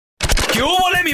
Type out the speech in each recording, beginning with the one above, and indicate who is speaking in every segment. Speaker 1: ¿Qué hubo, mi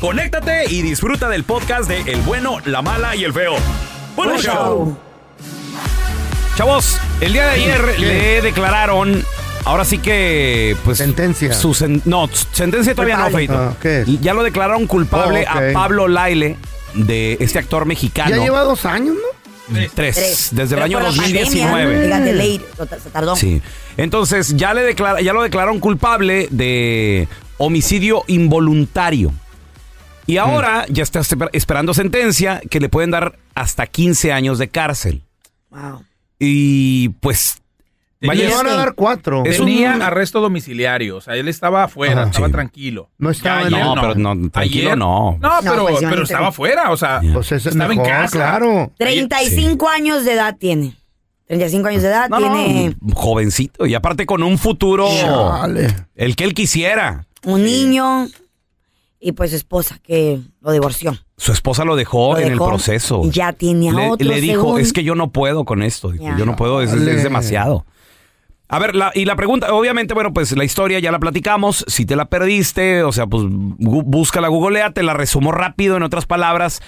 Speaker 1: conéctate y disfruta del podcast de El bueno, la mala y el feo. Bueno,
Speaker 2: Buen
Speaker 1: show. Chavos, el día de ayer
Speaker 2: ¿Qué?
Speaker 1: le declararon, ahora sí que, pues...
Speaker 2: Sentencia.
Speaker 1: Su sen- no, su sentencia todavía no,
Speaker 2: Total.
Speaker 1: Feito.
Speaker 2: Ah, ¿qué es?
Speaker 1: Ya lo declararon culpable
Speaker 2: Oh, ok.
Speaker 1: a Pablo Laile, de este actor mexicano.
Speaker 2: Ya lleva dos años, ¿no?
Speaker 1: Tres. Desde el
Speaker 3: Pero
Speaker 1: año
Speaker 3: por la
Speaker 1: 2019.
Speaker 3: pandemia, Fíjate, late, lo tar- se tardó.
Speaker 1: Mm. Sí. Entonces, ya, le declara- ya lo declararon culpable de homicidio involuntario.
Speaker 4: Mm.
Speaker 1: Y ahora ya está esper- esperando sentencia que le pueden dar hasta 15 años de cárcel.
Speaker 3: Wow.
Speaker 1: Y pues.
Speaker 2: Le
Speaker 1: vaya,
Speaker 2: van a dar cuatro.
Speaker 1: este, Es
Speaker 4: Tenía
Speaker 1: un-
Speaker 4: arresto domiciliario, o sea, él estaba afuera,
Speaker 2: Ajá.
Speaker 4: estaba
Speaker 1: Sí.
Speaker 4: tranquilo.
Speaker 2: No estaba
Speaker 4: Ya
Speaker 2: en
Speaker 4: ayer
Speaker 1: No, pero no, tranquilo
Speaker 4: Ayer-
Speaker 1: no.
Speaker 4: No, pero,
Speaker 3: pues,
Speaker 4: pero
Speaker 3: imagínate.
Speaker 4: estaba afuera, o sea,
Speaker 1: Ya.
Speaker 2: Pues eso es
Speaker 4: Estaba en
Speaker 2: mejor,
Speaker 4: casa.
Speaker 2: claro.
Speaker 3: 35 años de edad tiene. 35 años de edad
Speaker 1: No, no,
Speaker 3: tiene
Speaker 1: jovencito. Y aparte con un futuro.
Speaker 2: Chale.
Speaker 1: El que él quisiera.
Speaker 3: un niño y pues su esposa que lo divorció.
Speaker 1: Su esposa lo dejó,
Speaker 3: Lo
Speaker 1: en el
Speaker 3: dejó.
Speaker 1: proceso.
Speaker 3: Ya tiene a
Speaker 1: le,
Speaker 3: otro,
Speaker 1: le dijo,
Speaker 3: según.
Speaker 1: es que yo no puedo con esto. dijo,
Speaker 3: Ya.
Speaker 1: Yo no puedo, es,
Speaker 2: Órale.
Speaker 1: es demasiado. A ver, la- y la pregunta, obviamente, bueno, pues la historia ya la platicamos. Si te la perdiste, o sea, pues gu- búscala, googlea, te la resumo rápido. En otras palabras,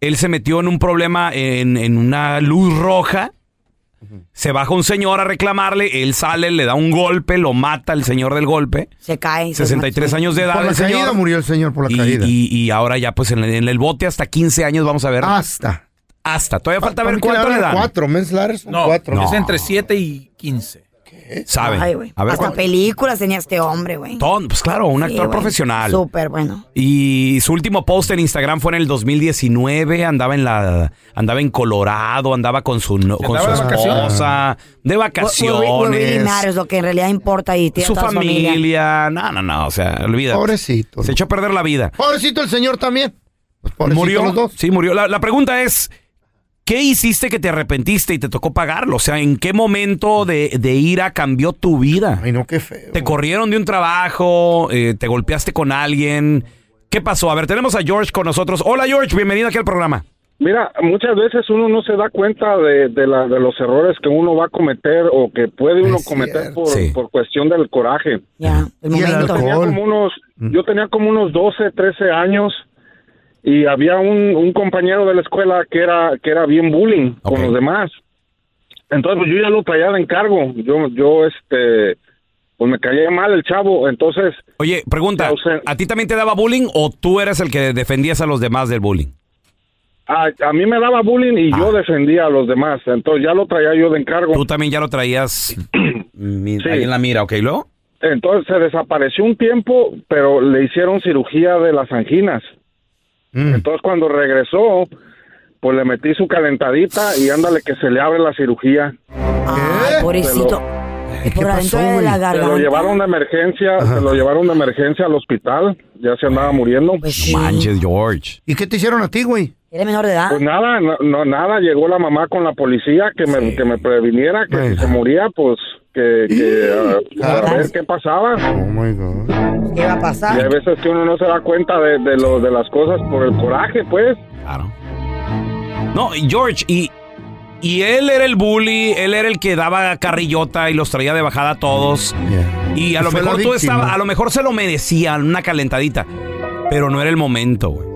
Speaker 1: él se metió en un problema en, en una luz roja. Se baja un señor a reclamarle, él sale, le da un golpe, lo mata el señor del golpe.
Speaker 3: Se cae. se
Speaker 1: 63
Speaker 3: mata.
Speaker 1: años de edad.
Speaker 2: Por la
Speaker 1: el señor.
Speaker 2: caída murió el señor, por la
Speaker 1: Y,
Speaker 2: caída.
Speaker 1: y- y ahora ya pues en el, en el bote hasta 15 años vamos a ver.
Speaker 2: Hasta.
Speaker 1: hasta. Todavía falta ver
Speaker 2: Para mí que
Speaker 1: cuánto le
Speaker 2: dan
Speaker 1: dan.
Speaker 2: Cuatro, mens lares son
Speaker 4: no,
Speaker 2: cuatro.
Speaker 1: No.
Speaker 4: es entre 7 y 15.
Speaker 1: Saben.
Speaker 3: Ay, güey.
Speaker 1: a ver
Speaker 3: Hasta
Speaker 1: cuánto.
Speaker 3: películas tenía este hombre, güey.
Speaker 1: Ton- Pues claro, un actor
Speaker 3: Sí, güey.
Speaker 1: profesional.
Speaker 3: Súper bueno.
Speaker 1: Y su último post en Instagram fue en el 2019, andaba en la andaba en Colorado, andaba con su no- con su
Speaker 4: andaba de vacaciones.
Speaker 3: What- what
Speaker 1: esposa, de
Speaker 3: re- what really
Speaker 1: vacaciones,
Speaker 3: matters, lo que en realidad importa y tiene
Speaker 1: su
Speaker 3: toda
Speaker 1: familia. no, no, no, o sea, olvida.
Speaker 2: Pobrecito.
Speaker 1: Se echó a perder la vida.
Speaker 2: Pobrecito el señor también. Pues pobrecito
Speaker 1: Murió.
Speaker 2: los dos.
Speaker 1: Sí, murió. La, la pregunta es, ¿qué hiciste que te arrepentiste y te tocó pagarlo? O sea, ¿en qué momento de, de ira cambió tu vida?
Speaker 2: Ay, no, qué feo.
Speaker 1: ¿Te corrieron de un trabajo? Eh, ¿Te golpeaste con alguien? ¿Qué pasó? A ver, tenemos a George con nosotros. Hola George, bienvenido aquí al programa.
Speaker 5: Mira, muchas veces uno no se da cuenta de, de la- de los errores que uno va a cometer o que puede uno
Speaker 2: Es
Speaker 5: cometer
Speaker 2: cierto.
Speaker 5: por,
Speaker 1: Sí.
Speaker 5: por cuestión del coraje.
Speaker 3: Ya, el
Speaker 2: Y el
Speaker 3: momento.
Speaker 2: alcohol.
Speaker 5: Tenía como unos,
Speaker 1: Mm.
Speaker 5: yo tenía como unos 12, 13 años y había un, un compañero de la escuela que era, que era bien bullying
Speaker 1: Ok.
Speaker 5: con los demás. Entonces pues, yo ya lo traía de encargo. Yo, yo este, pues me caía mal el chavo. Entonces
Speaker 1: Oye, pregunta,
Speaker 5: Ya, o sea-
Speaker 1: ¿a ti también te daba bullying o tú eras el que defendías a los demás del bullying?
Speaker 5: a, a mí me daba bullying y yo
Speaker 1: Ah.
Speaker 5: defendía a los demás. Entonces ya lo traía yo de encargo.
Speaker 1: Mm, Tú también ya lo traías mi- ahí en la mira, ¿ok? ¿Lo?
Speaker 5: Entonces se desapareció un tiempo, pero le hicieron cirugía de las anginas.
Speaker 1: Mm.
Speaker 5: Entonces cuando regresó, pues le metí su calentadita y ándale que se le abre la cirugía.
Speaker 3: Ay, pobrecito. Por adentro de la
Speaker 5: Se lo
Speaker 3: garganta.
Speaker 5: llevaron de emergencia, se lo llevaron de emergencia al hospital, ya se andaba muriendo.
Speaker 3: Pues
Speaker 1: Manches, George.
Speaker 2: ¿Y qué te hicieron a ti, güey?
Speaker 3: ¿Eres menor de edad?
Speaker 5: Pues nada, no, no, nada, llegó la mamá con la policía que me, que me previniera, que si se moría, pues que, que, ah, a ver qué pasaba.
Speaker 2: Oh my God.
Speaker 3: ¿Qué va a
Speaker 5: Y hay
Speaker 3: pasar?
Speaker 5: veces que uno no se da cuenta de, de, lo- de las cosas por el coraje, pues.
Speaker 1: Claro. No, y George, y, y él era el bully, él era el que daba carrillota y los traía de bajada a todos.
Speaker 2: Yeah.
Speaker 1: Y a
Speaker 2: Y
Speaker 1: lo
Speaker 2: fue la
Speaker 1: mejor tú
Speaker 2: víctima.
Speaker 1: estaba, a lo mejor se lo merecía una calentadita, pero no era el momento, güey.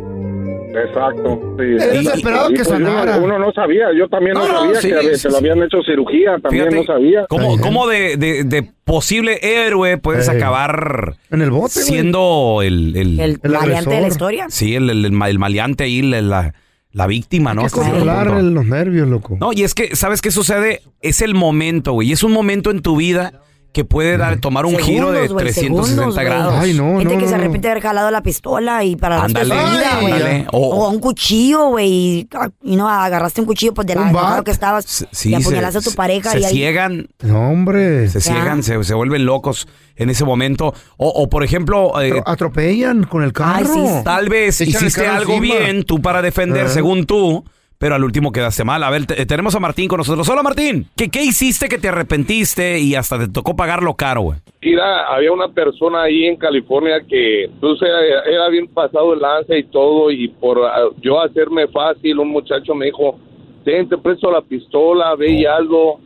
Speaker 5: Exacto, sí.
Speaker 2: Era
Speaker 5: Y-
Speaker 2: desesperado
Speaker 5: y
Speaker 2: que
Speaker 5: pues yo-
Speaker 2: sanara.
Speaker 5: Uno no sabía, yo también no,
Speaker 1: No, no,
Speaker 5: sabía
Speaker 1: sí,
Speaker 5: que, había-
Speaker 1: sí,
Speaker 5: que lo
Speaker 1: sí.
Speaker 5: habían hecho cirugía, también
Speaker 1: Fíjate,
Speaker 5: no sabía.
Speaker 1: ¿Cómo,
Speaker 2: Ajá.
Speaker 1: cómo de, de- de posible héroe puedes
Speaker 2: Ey.
Speaker 1: acabar
Speaker 2: Eh. En el bote, güey.
Speaker 1: siendo el, el-
Speaker 3: ¿El,
Speaker 2: El
Speaker 3: variante de la
Speaker 2: agresor.
Speaker 3: historia?
Speaker 1: sí, el, el- el ma- el maleante ahí, la, la- la víctima, ¿no?
Speaker 2: Hay que
Speaker 1: Hasta cierto
Speaker 2: controlar
Speaker 1: punto.
Speaker 2: el- los nervios, loco.
Speaker 1: No, y es que, ¿sabes qué sucede? Es el momento, güey. y Es un momento en tu vida que puede dar, tomar un giro de
Speaker 3: Segundos, güey,
Speaker 1: 360
Speaker 3: segundos, güey.
Speaker 1: grados.
Speaker 2: Ay, no,
Speaker 3: Gente
Speaker 2: no,
Speaker 3: que
Speaker 2: no,
Speaker 3: se
Speaker 2: no.
Speaker 3: arrepiente de haber jalado la pistola y para la
Speaker 1: Ándale,
Speaker 3: vida, güey.
Speaker 1: ándale. O-
Speaker 3: O un cuchillo, güey. Y, ah, y no, agarraste un cuchillo pues, de
Speaker 2: Un
Speaker 3: la
Speaker 2: bat.
Speaker 3: claro que estabas.
Speaker 1: Se-
Speaker 3: y
Speaker 1: sí,
Speaker 3: apuñalaste a tu
Speaker 1: se-
Speaker 3: pareja.
Speaker 1: Se
Speaker 3: y ahí-
Speaker 1: ciegan,
Speaker 2: No, hombre.
Speaker 1: se
Speaker 3: Ya.
Speaker 1: ciegan, se, se vuelven locos en ese momento. O, o, por ejemplo, eh,
Speaker 2: Pero atropellan con el carro.
Speaker 3: Ay, sí, está-
Speaker 1: tal vez
Speaker 2: Echan el
Speaker 1: hiciste
Speaker 2: carro
Speaker 1: algo
Speaker 2: encima. Ah.
Speaker 1: bien tú para defender,
Speaker 2: Ajá.
Speaker 1: según tú, pero al último quedaste mal. A ver, te- tenemos a Martín con nosotros. Hola, Martín. ¿Qué, ¿Qué hiciste que te arrepentiste y hasta te tocó pagarlo caro, güey?
Speaker 6: Mira, había una persona ahí en California que pues, era, era bien pasado el lance y todo, y por ah, yo hacerme fácil, un muchacho me dijo, ten, te presto la pistola, ve y algo.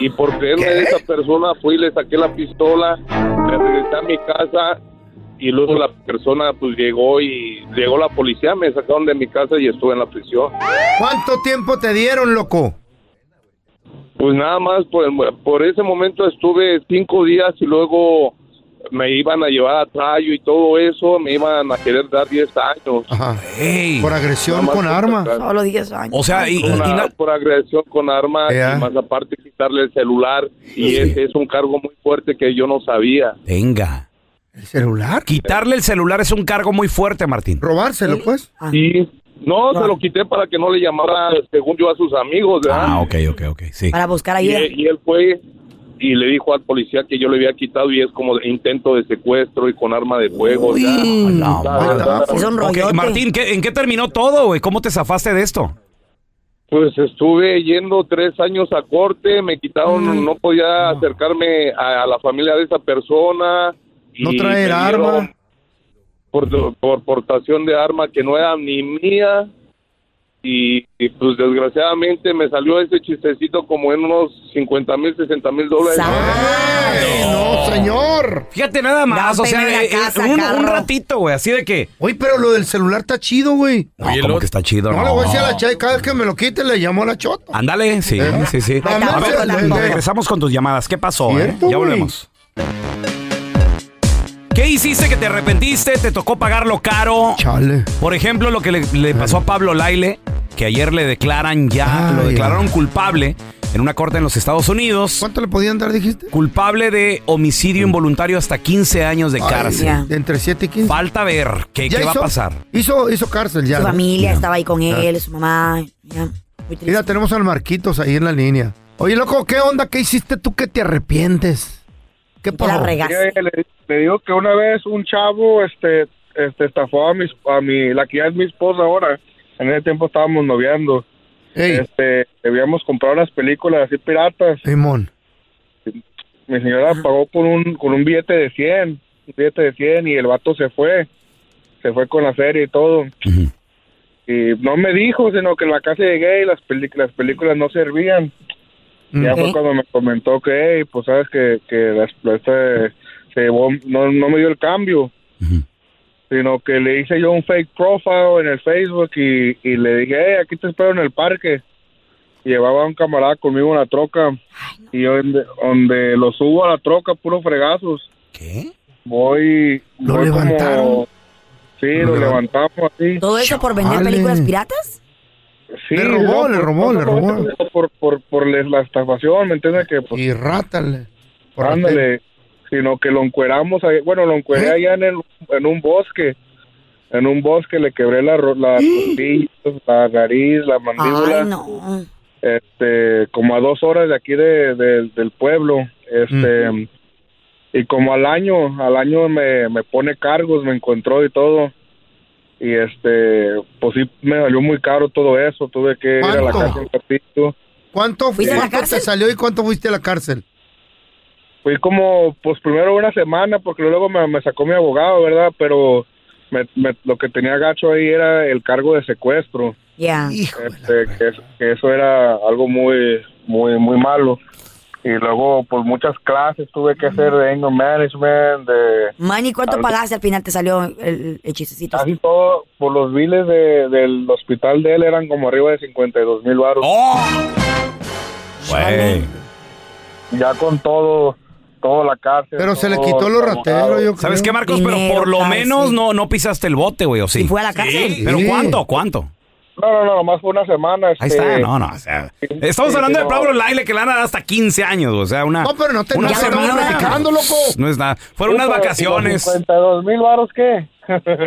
Speaker 6: Y por creerme de esa persona, fui y le saqué la pistola, me regresé a mi casa y luego la persona pues llegó y llegó la policía, me sacaron de mi casa y estuve en la prisión.
Speaker 2: ¿Cuánto tiempo te dieron, loco?
Speaker 6: Pues nada más, por, el- por ese momento estuve cinco días y luego me iban a llevar a Tayo y todo eso, me iban a querer dar 10 años.
Speaker 2: Ajá.
Speaker 1: Ey.
Speaker 2: Por
Speaker 6: Nada
Speaker 2: agresión
Speaker 6: más
Speaker 2: con
Speaker 6: por-
Speaker 2: arma.
Speaker 3: Solo 10 años.
Speaker 1: O sea, y, y- y
Speaker 6: Con a-
Speaker 1: na-
Speaker 6: por agresión con armas
Speaker 2: Ea.
Speaker 6: y más aparte quitarle el celular y ese es un cargo muy fuerte que yo no sabía.
Speaker 1: venga.
Speaker 2: ¿El celular?
Speaker 1: Quitarle el celular es un cargo muy fuerte, Martín.
Speaker 2: Robárselo, pues.
Speaker 3: Ah.
Speaker 6: Y no, se lo quité para que no le llamara, según yo, a sus amigos, ¿verdad?
Speaker 1: Ah, ok, ok, ok. Sí.
Speaker 3: Para buscar
Speaker 6: Y,
Speaker 3: ayuda.
Speaker 6: y él fue y le dijo al policía que yo le había quitado y es como intento de secuestro y con arma de fuego.
Speaker 1: Uy,
Speaker 6: ya.
Speaker 1: la madre.
Speaker 2: Ah,
Speaker 3: Es un
Speaker 1: Ok,
Speaker 3: rollote.
Speaker 1: Martín, ¿qué- ¿en qué terminó todo, güey? ¿Cómo te zafaste de esto?
Speaker 6: Pues estuve yendo tres años a corte, me quitaron, no podía acercarme a, a la familia de esa persona.
Speaker 2: No
Speaker 6: y
Speaker 2: traer
Speaker 6: me
Speaker 2: arma.
Speaker 6: dieron Por, por portación de arma que no era ni mía. Y, y, pues desgraciadamente me salió ese chistecito como en unos 50 mil, 60 mil dólares.
Speaker 2: ¡Ay, no, señor!
Speaker 1: Fíjate nada más,
Speaker 3: Dame
Speaker 1: o sea,
Speaker 3: la
Speaker 1: eh, eh,
Speaker 3: casa,
Speaker 1: un,
Speaker 3: carro.
Speaker 1: un ratito, güey, así de que...
Speaker 2: Oye, pero lo del celular está chido, güey.
Speaker 1: No,
Speaker 4: Oye,
Speaker 1: como
Speaker 4: lo-
Speaker 1: que está chido,
Speaker 2: No,
Speaker 1: ¿no?
Speaker 2: le voy a decir a la chai, cada vez que me lo quite le llamo a la chota. ¿Eh?
Speaker 1: Ándale, sí, sí, sí.
Speaker 2: Ahí está,
Speaker 1: A ver, eh,
Speaker 2: tampoco, tampoco.
Speaker 1: regresamos con tus llamadas. ¿Qué pasó? eh?
Speaker 2: Cierto,
Speaker 1: Ya
Speaker 2: güey.
Speaker 1: volvemos. ¿Qué hiciste que te arrepentiste? ¿Te tocó pagarlo caro?
Speaker 2: Chale.
Speaker 1: Por ejemplo, lo que le, le pasó a Pablo Laile, que ayer le declaran ya,
Speaker 2: Ay,
Speaker 1: lo declararon culpable en una corte en los Estados Unidos,
Speaker 2: ¿Cuánto le podían dar, dijiste?
Speaker 1: culpable de homicidio involuntario hasta 15 años de cárcel.
Speaker 3: ya.
Speaker 2: De entre 7 y 15.
Speaker 1: Falta ver qué,
Speaker 2: Ya
Speaker 1: qué va a
Speaker 2: hizo-
Speaker 1: pasar.
Speaker 2: Hizo, hizo cárcel ya.
Speaker 3: Su
Speaker 2: ¿no?
Speaker 3: familia estaba ahí con él, su mamá. ya. Muy triste.
Speaker 2: Mira, tenemos al Marquitos ahí en la línea. Oye, loco, ¿qué onda? ¿Qué hiciste tú que te arrepientes? ¿Qué
Speaker 3: Te la
Speaker 2: pasó?
Speaker 3: regaste.
Speaker 5: Oye, Le, le digo que una vez un chavo este, este estafó a mi, a mi, la que ya es mi esposa ahora. En ese tiempo estábamos noviando.
Speaker 2: Ey,
Speaker 5: Este, debíamos comprar unas películas así piratas.
Speaker 2: Simón.
Speaker 5: Mi señora pagó con un, con un billete de 100, un billete de 100 y el vato se fue. Se fue con la feria y todo.
Speaker 1: Ujú.
Speaker 5: Y no me dijo, sino que en la casa llegué y las, peli- las películas no servían. Ya
Speaker 2: Mm.
Speaker 7: Eh.
Speaker 5: fue cuando me comentó que, "Hey, pues sabes que, que la- la- este, se llevó- no, no me dio el cambio,
Speaker 1: Ujú.
Speaker 5: sino que le hice yo un fake profile en el Facebook y, y le dije, hey, aquí te espero en el parque. Y llevaba a un camarada conmigo una troca y yo donde, donde lo subo a la troca, puro fregazos.
Speaker 1: ¿Qué?
Speaker 5: Voy,
Speaker 2: ¿Lo
Speaker 5: voy como-
Speaker 2: levantaron?
Speaker 5: sí,
Speaker 2: ¿Lo
Speaker 5: lo levantamos así.
Speaker 3: ¿Todo eso por vender
Speaker 2: Chale.
Speaker 3: películas piratas?
Speaker 5: Sí,
Speaker 2: Le robó,
Speaker 5: no,
Speaker 2: le
Speaker 5: pues,
Speaker 2: robó,
Speaker 5: no,
Speaker 2: le
Speaker 5: no,
Speaker 2: robó.
Speaker 5: Por, por, por la estafación, ¿me entiendes? Que pues,
Speaker 2: Y rátale. Por
Speaker 5: Ándale. sino que lo encueramos, ahí- bueno, lo encueré
Speaker 2: ¿Eh?
Speaker 5: allá en, el- en un bosque, en un bosque le quebré la, ro- la costilla, la nariz, la mandíbula,
Speaker 3: Ay, no.
Speaker 5: este, como a dos horas de aquí de, de- del pueblo, este, y como al año, al año me, me pone cargos, me encontró y todo, y este, pues sí me salió muy caro todo eso, tuve que ir a la
Speaker 2: ¿Cuánto?
Speaker 5: cárcel un ratito.
Speaker 2: ¿Cuánto,
Speaker 5: ¿Fuiste a la
Speaker 2: cuánto te salió y cuánto fuiste a la cárcel?
Speaker 5: Fui como, pues primero una semana, porque luego me, me sacó mi abogado, ¿verdad? Pero me- me- lo que tenía gacho ahí era el cargo de secuestro.
Speaker 3: Ya.
Speaker 5: Este, que, es- que eso era algo muy, muy, muy malo. Y luego, pues muchas clases tuve que hacer de English Management, de...
Speaker 3: Manny, ¿cuánto
Speaker 5: algo-
Speaker 3: pagaste al final? Te salió el, el chistecito.
Speaker 5: Casi todo, por los biles de- del hospital de él eran como arriba de 52 mil baros.
Speaker 1: ¡Oh!
Speaker 5: Ya con todo, toda la cárcel.
Speaker 2: Pero se le
Speaker 5: todo
Speaker 2: quitó lo
Speaker 5: acomodado.
Speaker 2: ratero, yo creo.
Speaker 1: ¿Sabes qué, Marcos?
Speaker 2: Dinero,
Speaker 1: pero por lo
Speaker 2: cárcel.
Speaker 1: menos no, no pisaste el bote, güey, ¿o sí?
Speaker 5: Y fue a la
Speaker 1: Sí,
Speaker 5: cárcel.
Speaker 1: ¿Pero
Speaker 5: Sí.
Speaker 1: cuánto? ¿Cuánto?
Speaker 5: No, no, no, nomás fue una semana.
Speaker 1: Ahí
Speaker 5: este,
Speaker 1: está, no, no. o sea, estamos
Speaker 5: sí,
Speaker 1: hablando de
Speaker 5: no.
Speaker 1: Pablo Laile que le han dado hasta 15 años, o sea, una.
Speaker 2: No, pero no te
Speaker 1: una
Speaker 2: no te estamos
Speaker 1: semana.
Speaker 2: platicando, loco.
Speaker 1: No es nada. Fueron
Speaker 5: Sí,
Speaker 1: unas
Speaker 5: pero
Speaker 1: vacaciones.
Speaker 5: ¿Y los 52 mil varos qué?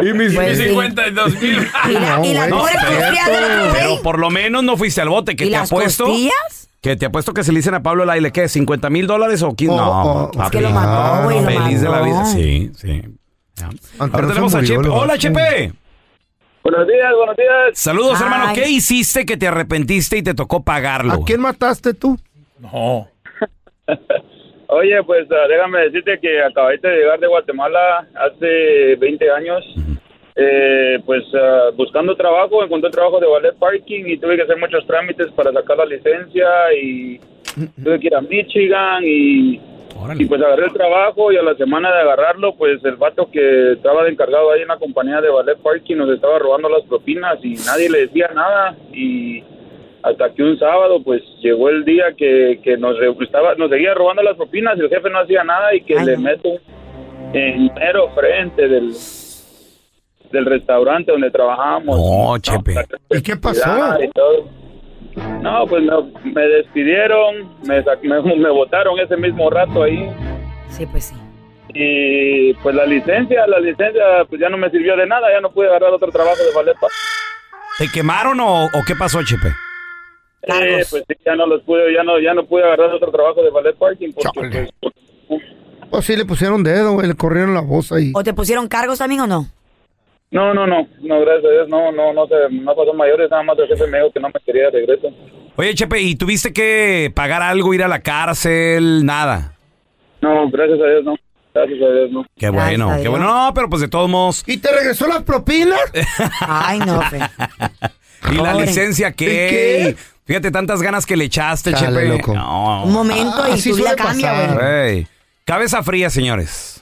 Speaker 1: Y mis,
Speaker 5: Pues sí.
Speaker 1: 52 mil.
Speaker 8: Ah,
Speaker 5: y las
Speaker 1: No,
Speaker 5: pobres
Speaker 1: pero-
Speaker 5: costillas del otro güey.
Speaker 1: Pero por lo menos no fuiste al bote, que
Speaker 3: ¿Y
Speaker 1: te
Speaker 3: las
Speaker 1: apuesto.
Speaker 3: costillas?
Speaker 1: Que te apuesto que se le dicen a Pablo Laile, ¿qué? ¿50 mil dólares o 15? no, papi,
Speaker 3: que lo mató, güey, lo
Speaker 1: Feliz de la
Speaker 3: mató.
Speaker 1: vida. Sí, sí. Ya. Ahora
Speaker 2: no se
Speaker 1: tenemos a
Speaker 2: murió,
Speaker 1: Chepe.
Speaker 2: lo
Speaker 1: Hola,
Speaker 2: mató.
Speaker 1: Chepe.
Speaker 9: Buenos días, buenos días.
Speaker 1: Saludos, hermano.
Speaker 2: Ay.
Speaker 1: ¿Qué hiciste que te arrepentiste y te tocó pagarlo?
Speaker 2: ¿Quién mataste tú?
Speaker 1: No.
Speaker 9: Oye, pues ah, déjame decirte que acabaste de llegar de Guatemala hace 20 años. Eh, pues ah, buscando trabajo, encontré trabajo de ballet parking y tuve que hacer muchos trámites para sacar la licencia y tuve que ir a Michigan y, y pues agarré el trabajo y a la semana de agarrarlo, pues el vato que estaba de encargado ahí en la compañía de ballet parking nos estaba robando las propinas y nadie le decía nada y hasta que un sábado pues llegó el día que, que nos re- estaba, nos seguía robando las propinas y el jefe no hacía nada y que le meto en mero frente del del restaurante donde trabajábamos. Pues,
Speaker 1: No, Chepe.
Speaker 2: ¿Y qué pasó?
Speaker 9: Y todo. No, pues me, me despidieron, me, sa- me, me botaron ese mismo rato ahí.
Speaker 3: Sí, pues sí.
Speaker 9: Y pues la licencia, la licencia pues ya no me sirvió de nada, ya no pude agarrar otro trabajo de ballet. pa-
Speaker 1: ¿Te quemaron o, o qué pasó, Chepe?
Speaker 9: Eh, pues sí, ya no los pude, ya no, ya no pude agarrar otro trabajo de ballet parking porque pues,
Speaker 2: Pues sí, le pusieron dedo, güey, le corrieron la voz ahí.
Speaker 3: ¿O te pusieron cargos también o no?
Speaker 9: No, no, no, no, gracias a Dios, no, no, no, se, no pasó mayores, nada más el jefe me dijo que no me quería de regreso.
Speaker 1: Oye, Chepe, ¿y tuviste que pagar algo, ir a la cárcel? Nada.
Speaker 9: No, gracias a Dios, no, gracias a Dios, no.
Speaker 1: Qué bueno,
Speaker 9: Gracias a
Speaker 1: qué
Speaker 9: Dios.
Speaker 1: bueno. No, pero pues de todos modos.
Speaker 2: ¿Y te regresó las propinas?
Speaker 3: Ay, no, fe.
Speaker 1: ¿Y la
Speaker 3: Pobre.
Speaker 1: licencia qué?
Speaker 3: ¿Y qué?
Speaker 1: Fíjate tantas ganas que le echaste,
Speaker 2: Chale,
Speaker 1: Chepe.
Speaker 2: loco.
Speaker 1: No.
Speaker 3: Un momento y tu vida cambia, güey.
Speaker 1: Ey, Cabeza fría, señores.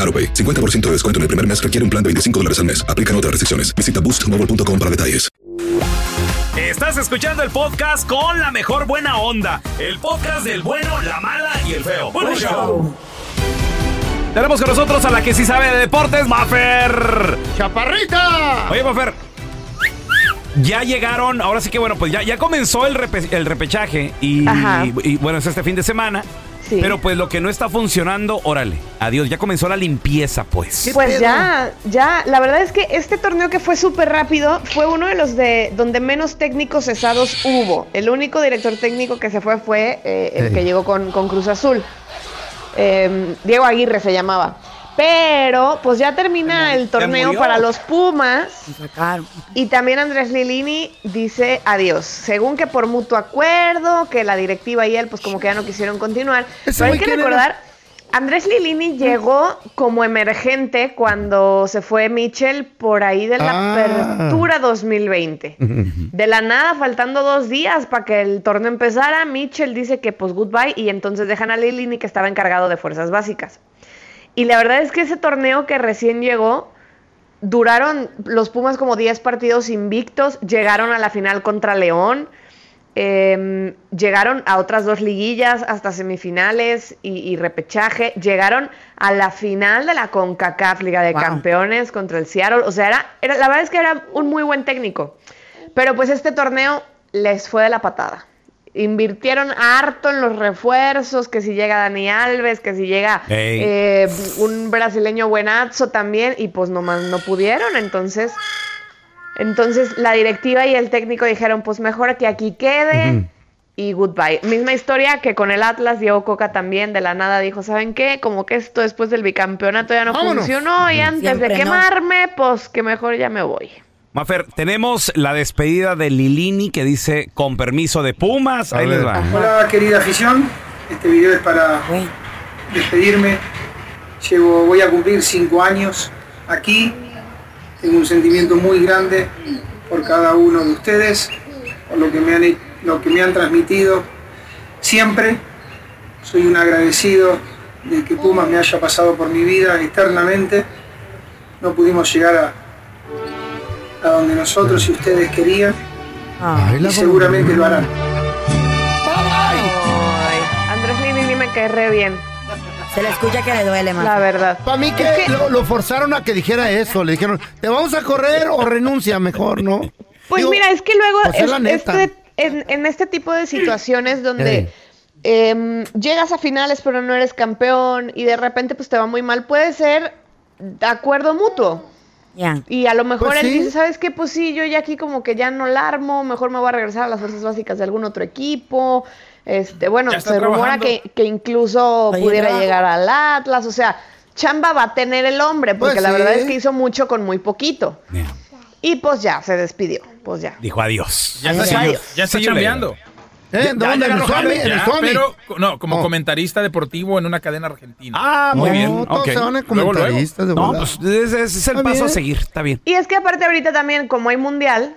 Speaker 10: AroPay. 50% de descuento en el primer mes requiere un plan de 25 dólares al mes. Aplican otras restricciones. Visita boostmobile.com para detalles.
Speaker 1: Estás escuchando el podcast con la mejor buena onda. El podcast del bueno, la mala y el feo. Bueno, show. Tenemos con nosotros a la que sí sabe de deportes, Mafer.
Speaker 2: ¡Chaparrita!
Speaker 1: Oye, Mafer. Ya llegaron, ahora sí que bueno, pues ya, ya comenzó el, repe- el repechaje y,
Speaker 11: Ajá.
Speaker 1: y, bueno, es este fin de semana. Pero pues lo que no está funcionando, órale, adiós, ya comenzó la limpieza pues.
Speaker 11: Pues ya, ya, la verdad es que este torneo que fue súper rápido fue uno de los de donde menos técnicos cesados hubo. El único director técnico que se fue fue eh, el
Speaker 12: Ey.
Speaker 11: que llegó con, con Cruz Azul. Eh, Diego Aguirre se llamaba. Pero pues ya termina el torneo
Speaker 3: murió.
Speaker 11: para los Pumas.
Speaker 3: Sacaron.
Speaker 11: Y también Andrés Lilini dice adiós, según que por mutuo acuerdo, que la directiva y él pues como que ya no quisieron continuar.
Speaker 3: ¿Ese
Speaker 11: Pero hay
Speaker 3: güey
Speaker 11: que
Speaker 3: quién era?
Speaker 11: recordar, Andrés Lilini llegó como emergente cuando se fue Michel por ahí de la
Speaker 13: Ah.
Speaker 11: apertura 2020. De la nada, faltando dos días para que el torneo empezara, Mitchell dice que pues goodbye y entonces dejan a Lilini que estaba encargado de fuerzas básicas. Y la verdad es que ese torneo que recién llegó, duraron los Pumas como 10 partidos invictos, llegaron a la final contra León, eh, llegaron a otras dos liguillas, hasta semifinales y, y repechaje, llegaron a la final de la CONCACAF, Liga de Campeones contra el Seattle, o sea, era, era- la verdad es que era un muy buen técnico, pero pues este torneo les fue de la patada. Invirtieron harto en los refuerzos, que si llega Dani Alves, que si llega
Speaker 13: Ey.
Speaker 11: eh, un brasileño buenazo también, y pues nomás no pudieron, entonces... Entonces la directiva y el técnico dijeron, pues mejor que aquí quede y goodbye. Misma historia que con el Atlas, Diego Coca también de la nada dijo, ¿saben qué? Como que esto después del bicampeonato ya no
Speaker 3: Vámonos.
Speaker 11: funcionó y antes
Speaker 3: Siempre no.
Speaker 11: de quemarme, pues que mejor ya me voy.
Speaker 1: Mafer, tenemos la despedida de Lilini que dice con permiso de Pumas, ahí les va.
Speaker 14: Hola querida afición, este video es para despedirme. Llevo, voy a cumplir cinco años aquí. Tengo un sentimiento muy grande por cada uno de ustedes, por lo que me han, he- lo que me han transmitido siempre. Soy un agradecido de que Pumas me haya pasado por mi vida eternamente. No pudimos llegar a, a donde nosotros y ustedes querían. y seguramente lo harán.
Speaker 11: Ay, Andrés Lini me cae re bien.
Speaker 3: Se le escucha que le duele más.
Speaker 11: La verdad.
Speaker 2: Para mí que, Lo, lo forzaron a que dijera eso. Le dijeron, te vamos a correr o renuncia mejor, ¿no?
Speaker 11: Pues
Speaker 2: Digo,
Speaker 11: mira, es que luego
Speaker 2: pues es
Speaker 11: es-
Speaker 2: la neta.
Speaker 11: este- en, en este tipo de situaciones donde em, llegas a finales pero no eres campeón y de repente pues te va muy mal, puede ser de acuerdo mutuo.
Speaker 3: Ya.
Speaker 11: Y a lo mejor
Speaker 3: Pues
Speaker 11: él
Speaker 3: sí.
Speaker 11: dice, ¿sabes qué? Pues sí, yo ya aquí como que ya no la armo, mejor me voy a regresar a las fuerzas básicas de algún otro equipo. Este, bueno,
Speaker 13: Ya está
Speaker 11: se rumora
Speaker 13: trabajando.
Speaker 11: que, que incluso
Speaker 13: Ahí
Speaker 11: pudiera
Speaker 13: está.
Speaker 11: llegar al Atlas, o sea, chamba va a tener el hombre, porque
Speaker 13: Pues
Speaker 11: la verdad
Speaker 13: sí.
Speaker 11: es que hizo mucho con muy poquito. Y pues ya, se despidió, pues ya.
Speaker 1: Dijo adiós.
Speaker 4: Ya está,
Speaker 1: Sí,
Speaker 4: chambe-
Speaker 1: yo-
Speaker 4: ya está
Speaker 1: sí, yo le-
Speaker 4: chambeando.
Speaker 2: ¿Eh?
Speaker 4: Ya-
Speaker 2: ¿Dónde?
Speaker 4: ya
Speaker 2: ¿En
Speaker 4: ganó
Speaker 2: Suami?
Speaker 4: James,
Speaker 2: ¿En
Speaker 4: ya,
Speaker 2: Suami?
Speaker 4: Pero co- no, como
Speaker 2: Oh.
Speaker 4: comentarista deportivo en una cadena argentina.
Speaker 2: Ah,
Speaker 4: muy
Speaker 2: no,
Speaker 4: bien.
Speaker 2: todos
Speaker 4: ok.
Speaker 2: se van a
Speaker 4: Luego, luego.
Speaker 2: comentaristas de
Speaker 1: No,
Speaker 2: volada.
Speaker 1: pues ese, ese es el
Speaker 2: Está
Speaker 1: paso a
Speaker 2: bien.
Speaker 1: seguir, está bien.
Speaker 11: Y es que aparte ahorita también, como hay mundial,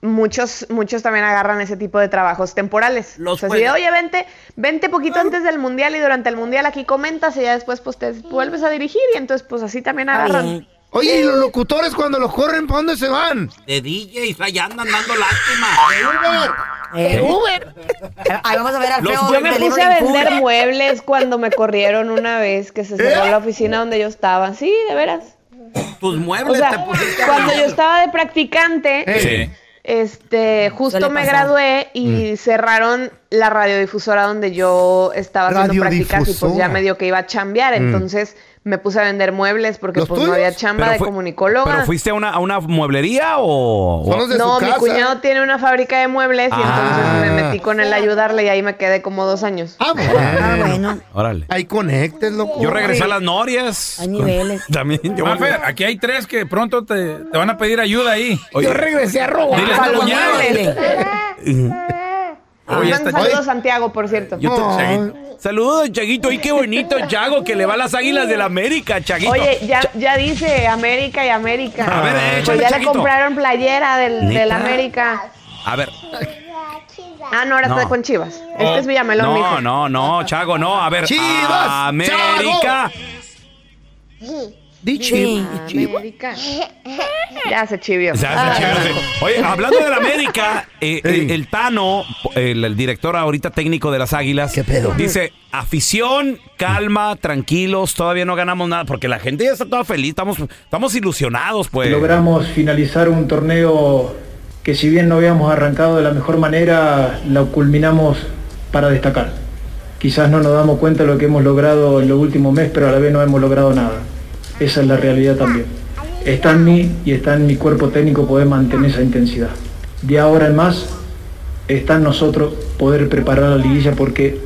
Speaker 11: muchos, muchos también agarran ese tipo de trabajos temporales. o sea, si de,
Speaker 13: juegan.
Speaker 11: oye, vente, vente poquito antes del mundial y durante el mundial aquí comentas y ya después pues te vuelves a dirigir y entonces pues así también agarran.
Speaker 2: Oye, ¿y los locutores cuando los corren, para dónde se van?
Speaker 7: De DJs, allá andan dando lástima.
Speaker 2: Eh.
Speaker 11: Uber.
Speaker 3: Ahí vamos a ver al feo.
Speaker 11: Yo me
Speaker 3: del
Speaker 11: puse a
Speaker 3: Liverpool.
Speaker 11: vender muebles cuando me corrieron una vez que se cerró
Speaker 3: ¿Eh?
Speaker 11: la oficina donde yo estaba. Sí, de veras.
Speaker 7: Tus
Speaker 11: O
Speaker 7: muebles
Speaker 11: sea,
Speaker 7: te pusiste a
Speaker 11: cuando yo
Speaker 7: vender.
Speaker 11: estaba de practicante,
Speaker 7: Sí.
Speaker 11: este, justo
Speaker 7: Suele
Speaker 11: me
Speaker 7: pasar.
Speaker 11: gradué
Speaker 1: Mm.
Speaker 11: y cerraron la radiodifusora donde yo estaba haciendo prácticas y pues ya
Speaker 13: Radiodifusora.
Speaker 11: medio que iba a chambear,
Speaker 1: Mm.
Speaker 11: entonces me puse a vender muebles porque
Speaker 1: ¿Los
Speaker 11: pues no
Speaker 1: tuyos?
Speaker 11: había chamba
Speaker 1: Pero
Speaker 11: de
Speaker 1: fue-
Speaker 11: comunicóloga.
Speaker 1: ¿Pero fuiste a una, a una mueblería o...? o-
Speaker 11: no, mi cuñado tiene una fábrica de muebles y
Speaker 1: Ah.
Speaker 11: entonces me metí con él a ayudarle y ahí me quedé como dos años.
Speaker 2: Ah,
Speaker 3: bueno.
Speaker 1: Órale.
Speaker 2: Ahí conectes, loco.
Speaker 1: Yo regresé a las norias.
Speaker 3: Hay niveles.
Speaker 1: También. Yo
Speaker 4: Mafer, aquí hay tres que pronto te, te van a pedir ayuda ahí.
Speaker 1: Yo
Speaker 2: regresé a robar.
Speaker 4: Dile este a tu
Speaker 11: Para los
Speaker 4: cuñado.
Speaker 11: muebles.
Speaker 1: Oye,
Speaker 11: Mandan
Speaker 1: está-
Speaker 11: saludos a Santiago, por cierto.
Speaker 1: Yo te- Chaguito. Saludos, Chaguito. Y qué bonito, Chago, que le va a las águilas del América, Chaguito.
Speaker 11: Oye, ya, ya dice América y América.
Speaker 1: A ver, échale,
Speaker 11: pues ya le
Speaker 1: Chaguito.
Speaker 11: compraron playera del,
Speaker 1: ¿Neta?
Speaker 11: del América.
Speaker 1: A ver.
Speaker 11: Ah, no, ahora
Speaker 1: No. Oh,
Speaker 11: está con Chivas. Este es Villamelón,
Speaker 1: No,
Speaker 11: mijo.
Speaker 1: no, no, Chago, no. A ver.
Speaker 11: Chivas,
Speaker 1: América.
Speaker 11: Chago.
Speaker 2: Dichi.
Speaker 11: América. Ya se chivió.
Speaker 1: Ya
Speaker 11: Ah,
Speaker 1: se chivió, sí. Oye, hablando de la América, eh, el, el Tano, el, el director ahorita técnico de las Águilas, dice, afición, calma, tranquilos, todavía no ganamos nada, porque la gente ya está toda feliz, estamos, estamos ilusionados, pues.
Speaker 12: Logramos finalizar un torneo que si bien no habíamos arrancado de la mejor manera, la culminamos para destacar. Quizás no nos damos cuenta de lo que hemos logrado en los últimos meses, pero a la vez no hemos logrado nada. Esa es la realidad también. Está en mí y está en mi cuerpo técnico poder mantener esa intensidad. De ahora en más, está en nosotros poder preparar la liguilla porque,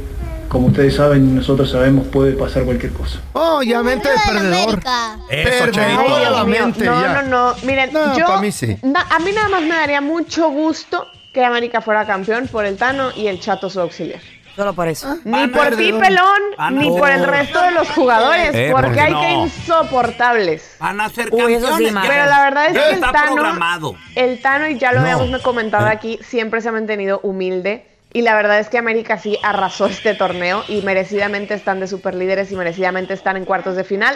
Speaker 12: como ustedes saben, y nosotros sabemos, puede pasar cualquier cosa.
Speaker 2: Obviamente el perdedor.
Speaker 12: Eso,
Speaker 2: Perdedor
Speaker 12: Chavito.
Speaker 2: de la
Speaker 12: Dios mío.
Speaker 2: mente,
Speaker 11: No,
Speaker 2: ya.
Speaker 11: no, no. Miren,
Speaker 2: No,
Speaker 11: yo.
Speaker 2: pa' mí sí.
Speaker 11: na- a mí nada más me daría mucho gusto que América fuera campeón por el Tano y el Chato su auxiliar.
Speaker 3: Solo por eso.
Speaker 11: Ah, Ni por ti, pelón,
Speaker 7: Van a-
Speaker 11: ni por el resto de los jugadores,
Speaker 7: Eh,
Speaker 11: porque
Speaker 7: porque
Speaker 1: pues
Speaker 11: hay
Speaker 7: no.
Speaker 11: que insoportables.
Speaker 7: Van a ser
Speaker 11: Uy,
Speaker 7: campeones.
Speaker 11: eso sí,
Speaker 7: ya.
Speaker 11: Mario. Pero la verdad es
Speaker 7: Ya
Speaker 11: que el
Speaker 7: está
Speaker 11: Tano-
Speaker 7: programado.
Speaker 11: El Tano, y ya lo
Speaker 7: No.
Speaker 11: habíamos comentado aquí, siempre se ha mantenido humilde. Y la verdad es que América sí arrasó este torneo y merecidamente están de superlíderes y merecidamente están en cuartos de final.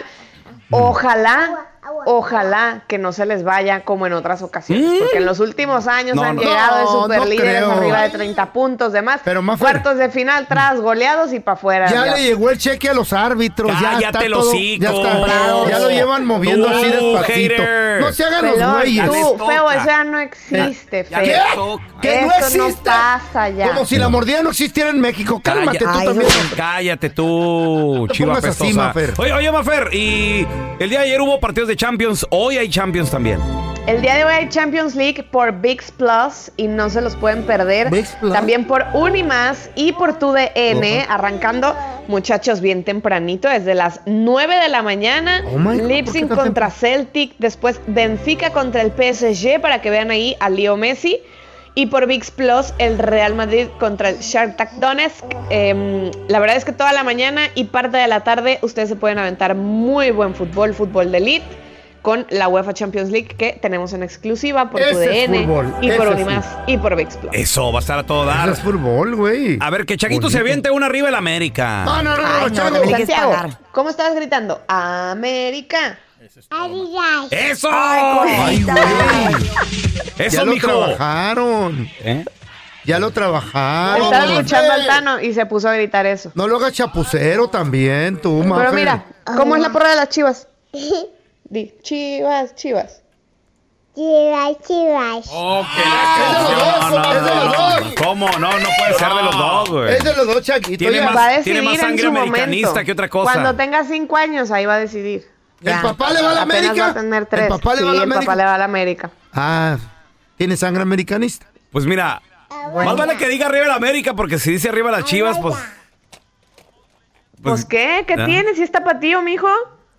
Speaker 2: Mm.
Speaker 11: Ojalá, ojalá que no se les vaya como en otras ocasiones, porque en los últimos años
Speaker 2: Mm. No,
Speaker 11: han
Speaker 2: no.
Speaker 11: llegado de
Speaker 2: No, no
Speaker 11: superlíderes
Speaker 2: creo.
Speaker 11: arriba de 30 puntos, demás. cuartos de final, tras goleados y para afuera.
Speaker 2: Ya le llegó el cheque a los árbitros. Ya, está
Speaker 1: Cállate el
Speaker 2: todo,
Speaker 1: hocico.
Speaker 2: ya, está, ya lo llevan moviendo
Speaker 1: Tú,
Speaker 2: así despacito.
Speaker 1: hater.
Speaker 2: No se hagan los
Speaker 11: Pelón,
Speaker 2: güeyes.
Speaker 11: Tú, feo, eso ya no existe,
Speaker 2: Ya
Speaker 11: feo.
Speaker 2: les ¿Que no
Speaker 11: Eso no
Speaker 2: existe?
Speaker 11: pasa ya.
Speaker 2: Como si la mordida no existiera en México. Cálmate tú
Speaker 1: Calla-
Speaker 2: también.
Speaker 1: Cállate tú,
Speaker 2: te
Speaker 1: chiva
Speaker 2: pongas así,
Speaker 1: pestosa.
Speaker 2: Mafer.
Speaker 1: Oye, oye, Mafer, y el día de ayer hubo partidos de Champions, hoy hay Champions también.
Speaker 11: El día de hoy hay Champions League por VIX Plus y no se los pueden perder. También por Unimas y por TUDN, arrancando, muchachos, bien tempranito, desde las 9 de la mañana.
Speaker 13: Oh my God,
Speaker 11: Leipzig contra Celtic, después Benfica contra el PSG para que vean ahí a Leo Messi. Y por VIX Plus, el Real Madrid contra el Shakhtar Donetsk. Em, la verdad es que toda la mañana y parte de la tarde ustedes se pueden aventar muy buen fútbol, fútbol de elite, con la UEFA Champions League que tenemos en exclusiva por
Speaker 2: Ese
Speaker 11: TUDN
Speaker 2: es fútbol,
Speaker 11: y por
Speaker 2: ese es
Speaker 11: Unimás y por VIX Plus.
Speaker 1: Eso va a estar a todo dar.
Speaker 2: Es fútbol, güey.
Speaker 1: A ver, que Chaquito se aviente una arriba el América.
Speaker 2: Ah, No, no, no, no,
Speaker 11: Ay, no,
Speaker 2: Chago.
Speaker 11: Santiago, ¿cómo estabas gritando? América.
Speaker 1: ¡Eso!
Speaker 2: Ay, güey.
Speaker 1: Eso,
Speaker 2: ya
Speaker 1: mijo. ¿Eh?
Speaker 2: lo trabajaron. Ya lo trabajaron.
Speaker 11: Estaba escuchando al Tano y se puso a gritar eso.
Speaker 2: No lo hagas chapucero también, tú,
Speaker 11: Pero
Speaker 2: Mafer.
Speaker 11: mira, ¿cómo es la porra de las chivas? Di, chivas, chivas.
Speaker 13: Chivas, chivas. Ah.
Speaker 1: No, no, no, no, no. ¿Cómo? No, no puede ser de los dos, güey.
Speaker 2: Es de los dos, Chaquito.
Speaker 1: Tiene
Speaker 2: ya.
Speaker 1: más-
Speaker 11: va a decidir
Speaker 1: tiene más
Speaker 11: en
Speaker 1: sangre
Speaker 11: su momento.
Speaker 1: americanista que otra cosa.
Speaker 11: Cuando tenga cinco años, ahí va a decidir.
Speaker 2: ¿El papá le va a la
Speaker 11: Apenas
Speaker 2: América?
Speaker 11: va a tener tres.
Speaker 2: ¿El papá le
Speaker 11: Sí,
Speaker 2: va a la
Speaker 11: el
Speaker 2: América?
Speaker 11: papá le va a la América.
Speaker 2: Ah, ¿tiene sangre americanista?
Speaker 1: Pues mira, más vale que diga arriba el América, porque si dice arriba las chivas, pues.
Speaker 11: Pues, ¿qué? ¿Qué
Speaker 1: ¿Ah?
Speaker 11: tiene? Si es tapatío, mijo.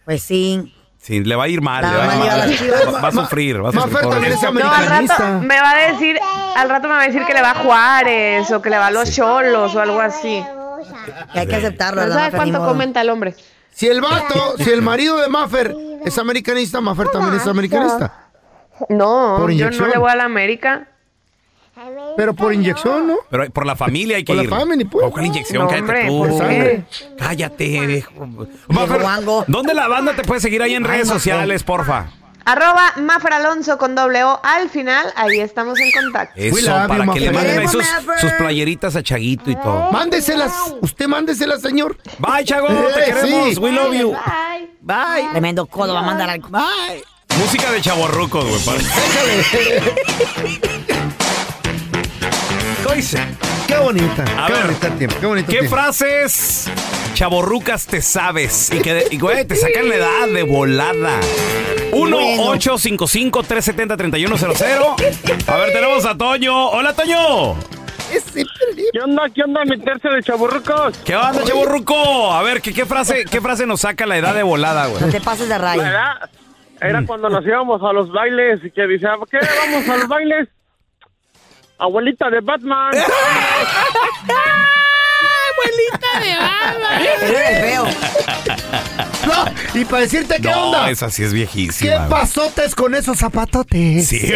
Speaker 3: Pues sí.
Speaker 1: Sí, le va a ir mal. le va, a ir
Speaker 3: mal
Speaker 1: mal.
Speaker 3: a las chivas.
Speaker 1: Va- va a sufrir, va a sufrir. pobre.
Speaker 11: No, al rato me va a decir, al rato me va a decir que le va a Juárez o que le va a los Cholos o algo así.
Speaker 3: hay que aceptarlo.
Speaker 11: No
Speaker 2: ¿verdad, Mafer?
Speaker 11: sabe
Speaker 2: Ni
Speaker 11: cuánto
Speaker 2: modo.
Speaker 11: comenta el hombre.
Speaker 2: Si el vato, si el marido de Maffer es americanista, Maffer también es americanista.
Speaker 11: No,
Speaker 2: Por
Speaker 11: yo no
Speaker 2: inyección.
Speaker 11: le voy a la América.
Speaker 2: Pero por inyección, ¿no?
Speaker 1: Pero por la familia hay que
Speaker 2: Por la
Speaker 1: ir.
Speaker 2: familia, pues.
Speaker 1: Ojo, la inyección,
Speaker 2: No,
Speaker 1: cállate
Speaker 2: hombre,
Speaker 1: tú.
Speaker 2: ¿por qué?
Speaker 1: Cállate, viejo. Mafer, ¿Dónde la banda te puede seguir ahí en redes sociales, porfa?
Speaker 11: Arroba Mafra Alonso con doble O al final, ahí estamos en contacto.
Speaker 2: We
Speaker 1: Eso,
Speaker 2: love
Speaker 1: para
Speaker 2: you,
Speaker 1: que le
Speaker 2: Mafer.
Speaker 1: manden ahí
Speaker 2: Queremos,
Speaker 1: sus, sus playeritas a Chaguito y todo.
Speaker 2: Mándeselas, usted mándeselas, señor.
Speaker 1: Bye, Chago, te
Speaker 2: Eh,
Speaker 1: queremos.
Speaker 2: sí.
Speaker 1: We love you.
Speaker 11: Bye.
Speaker 3: Bye. Tremendo codo va a mandar al. Bye.
Speaker 1: Música de chaborrucos, güey. para- Coice.
Speaker 2: Qué bonita.
Speaker 1: A
Speaker 2: qué
Speaker 1: ver,
Speaker 2: bonita el tiempo. Qué bonito
Speaker 1: ¿Qué
Speaker 2: tiempo.
Speaker 1: frases chaborrucas te sabes? Y que, de- y, güey, te sacan la edad de volada. 1-855-370-3100. A ver, tenemos a Toño. Hola, Toño.
Speaker 15: ¿Qué onda? ¿Qué onda meterse de chaburrucos?
Speaker 1: ¿Qué onda, chaborruco? A ver, ¿qué, qué frase, ¿qué frase nos saca la edad de volada, güey?
Speaker 3: te pases de raya.
Speaker 15: Era, era cuando nos íbamos a los bailes y que dice, "¿A ¿qué? ¿Vamos a los bailes? Abuelita de Batman.
Speaker 13: Abuelita de baba.
Speaker 2: Eh, No, y para decirte qué
Speaker 1: No,
Speaker 2: onda.
Speaker 1: esa sí es
Speaker 2: ¿Qué
Speaker 1: viejísima. güey.
Speaker 2: pasotes con esos zapatotes?
Speaker 1: Sí.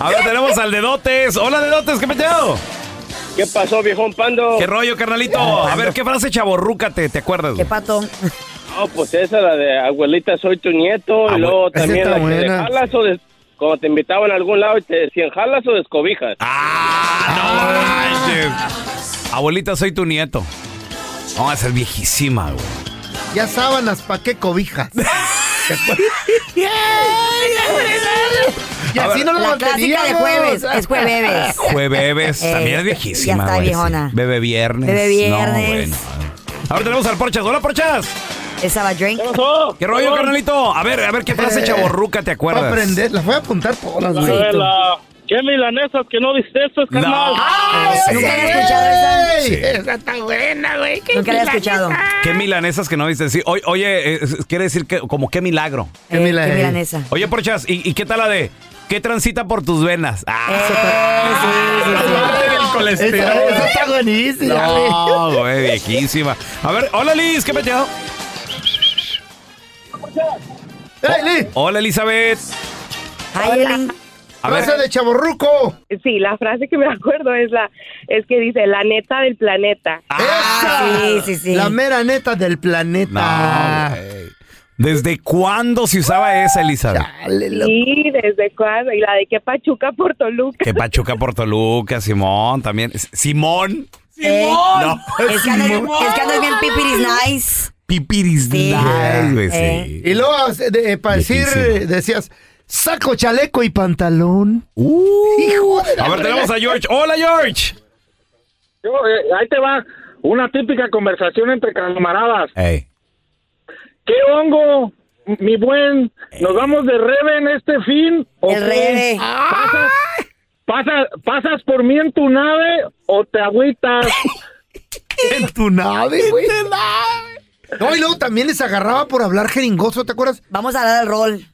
Speaker 1: A ver, tenemos al Dedotes. Hola, Dedotes, ¿qué peteo?
Speaker 8: ¿Qué pasó, viejón pando?
Speaker 1: ¿Qué rollo, carnalito? A ver, ¿qué frase chaborruca te, te acuerdas? güey?
Speaker 8: pato? No, pues esa, la de abuelita, soy tu nieto. y luego
Speaker 1: Ah, esa
Speaker 8: también
Speaker 1: está
Speaker 8: la que de
Speaker 1: buena.
Speaker 8: jalas o des- Cuando te invitaban a algún lado y te decían, ¿jalas o descobijas?
Speaker 1: Ah,
Speaker 2: Ah.
Speaker 1: Abuelita, soy tu nieto. No, esa es viejísima, güey.
Speaker 2: Ya sábanas, ¿pa' qué cobijas? Y
Speaker 1: A
Speaker 2: así
Speaker 1: ver.
Speaker 2: no la
Speaker 3: La clásica de
Speaker 2: manteníamos.
Speaker 3: jueves, es jueves.
Speaker 1: Jueves,
Speaker 3: Eh,
Speaker 1: también es
Speaker 3: ya
Speaker 1: viejísima,
Speaker 3: está
Speaker 1: güey.
Speaker 3: viejona.
Speaker 1: Bebe viernes.
Speaker 3: Bebe
Speaker 1: No,
Speaker 3: viernes.
Speaker 1: bueno. Ahora tenemos al Porchas. Hola, Porchas.
Speaker 3: Estaba drink.
Speaker 1: ¿Qué rollo, carnalito? A ver, a ver, ¿qué frase
Speaker 3: Eh,
Speaker 1: chaborruca te
Speaker 2: Para
Speaker 1: acuerdas?
Speaker 2: aprender, las voy a apuntar todas,
Speaker 1: A ver, la-
Speaker 15: ¿Qué milanesas que no disteces, carnal?
Speaker 3: Nunca había escuchado esa.
Speaker 1: Sí.
Speaker 3: Esa está buena, güey. Nunca la había escuchado. Eh,
Speaker 1: ¿Qué milanesas que no viste? Sí, oye, oye, eh, quiere decir que como qué milagro.
Speaker 3: Qué Eh, milanesa. qué milanesa.
Speaker 1: Oye, Porchas, ¿y, y qué tal la de qué transita por tus venas? Ah,
Speaker 2: Esa, esa está buenísima.
Speaker 1: No, güey, viejísima. A ver, hola Liz, ¿qué peteado? Oh, Hola Elizabeth. A ver,
Speaker 2: de chaborruco.
Speaker 16: Sí, la frase que me acuerdo es la es que dice la neta del planeta.
Speaker 1: Ah,
Speaker 2: ¡Esa! La mera neta del planeta.
Speaker 1: No, güey. ¿desde cuándo se usaba esa, Elizabeth?
Speaker 2: Eh,
Speaker 16: Sí, desde cuándo y la de que Pachuca por Toluca.
Speaker 1: Que Pachuca por Toluca, Simón también. S- Simón.
Speaker 3: Simón.
Speaker 1: No.
Speaker 3: Es que andas- es que andas bien pipiris nice.
Speaker 1: Pipiris
Speaker 3: Sí.
Speaker 1: Ay, güey, sí.
Speaker 3: Eh.
Speaker 2: Y luego, eh, de- eh, para decir, eh, decías, saco chaleco y pantalón. Hijo de la
Speaker 1: Uh. A ver, tenemos a George. Hola, George.
Speaker 17: Yo, eh, ahí te va una típica conversación entre camaradas. ¿Qué hongo, mi buen? ¿Nos vamos de reve en este fin? ¿O
Speaker 3: El
Speaker 17: qué?
Speaker 3: reve.
Speaker 17: ¿Pasas, pasas, pasas por mí en tu nave o te agüitas?
Speaker 2: ¿En tu nave, güey? No, y luego también les agarraba por hablar jeringoso, ¿te acuerdas?
Speaker 3: Vamos a dar el rol.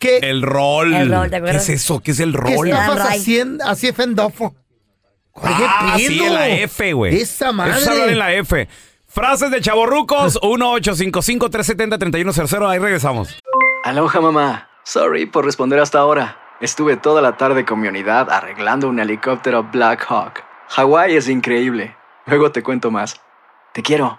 Speaker 2: ¿Qué?
Speaker 1: El rol.
Speaker 2: El rol, ¿te
Speaker 1: ¿Qué
Speaker 2: acuerdas?
Speaker 1: es eso? ¿Qué es el
Speaker 2: ¿Qué
Speaker 1: rol?
Speaker 2: estafas haciendo? Así es fendofo.
Speaker 1: Ah,
Speaker 2: ¿Qué
Speaker 1: sí,
Speaker 2: pedo?
Speaker 1: en la F, güey.
Speaker 2: Esa madre.
Speaker 1: Eso es hablar en la F. Frases de chavorrucos, 1-855-370-3100. Ahí regresamos.
Speaker 18: Aloha mamá. Sorry por responder hasta ahora. Estuve toda la tarde con mi unidad arreglando un helicóptero Black Hawk. Hawái es increíble. Luego te cuento más. Te quiero.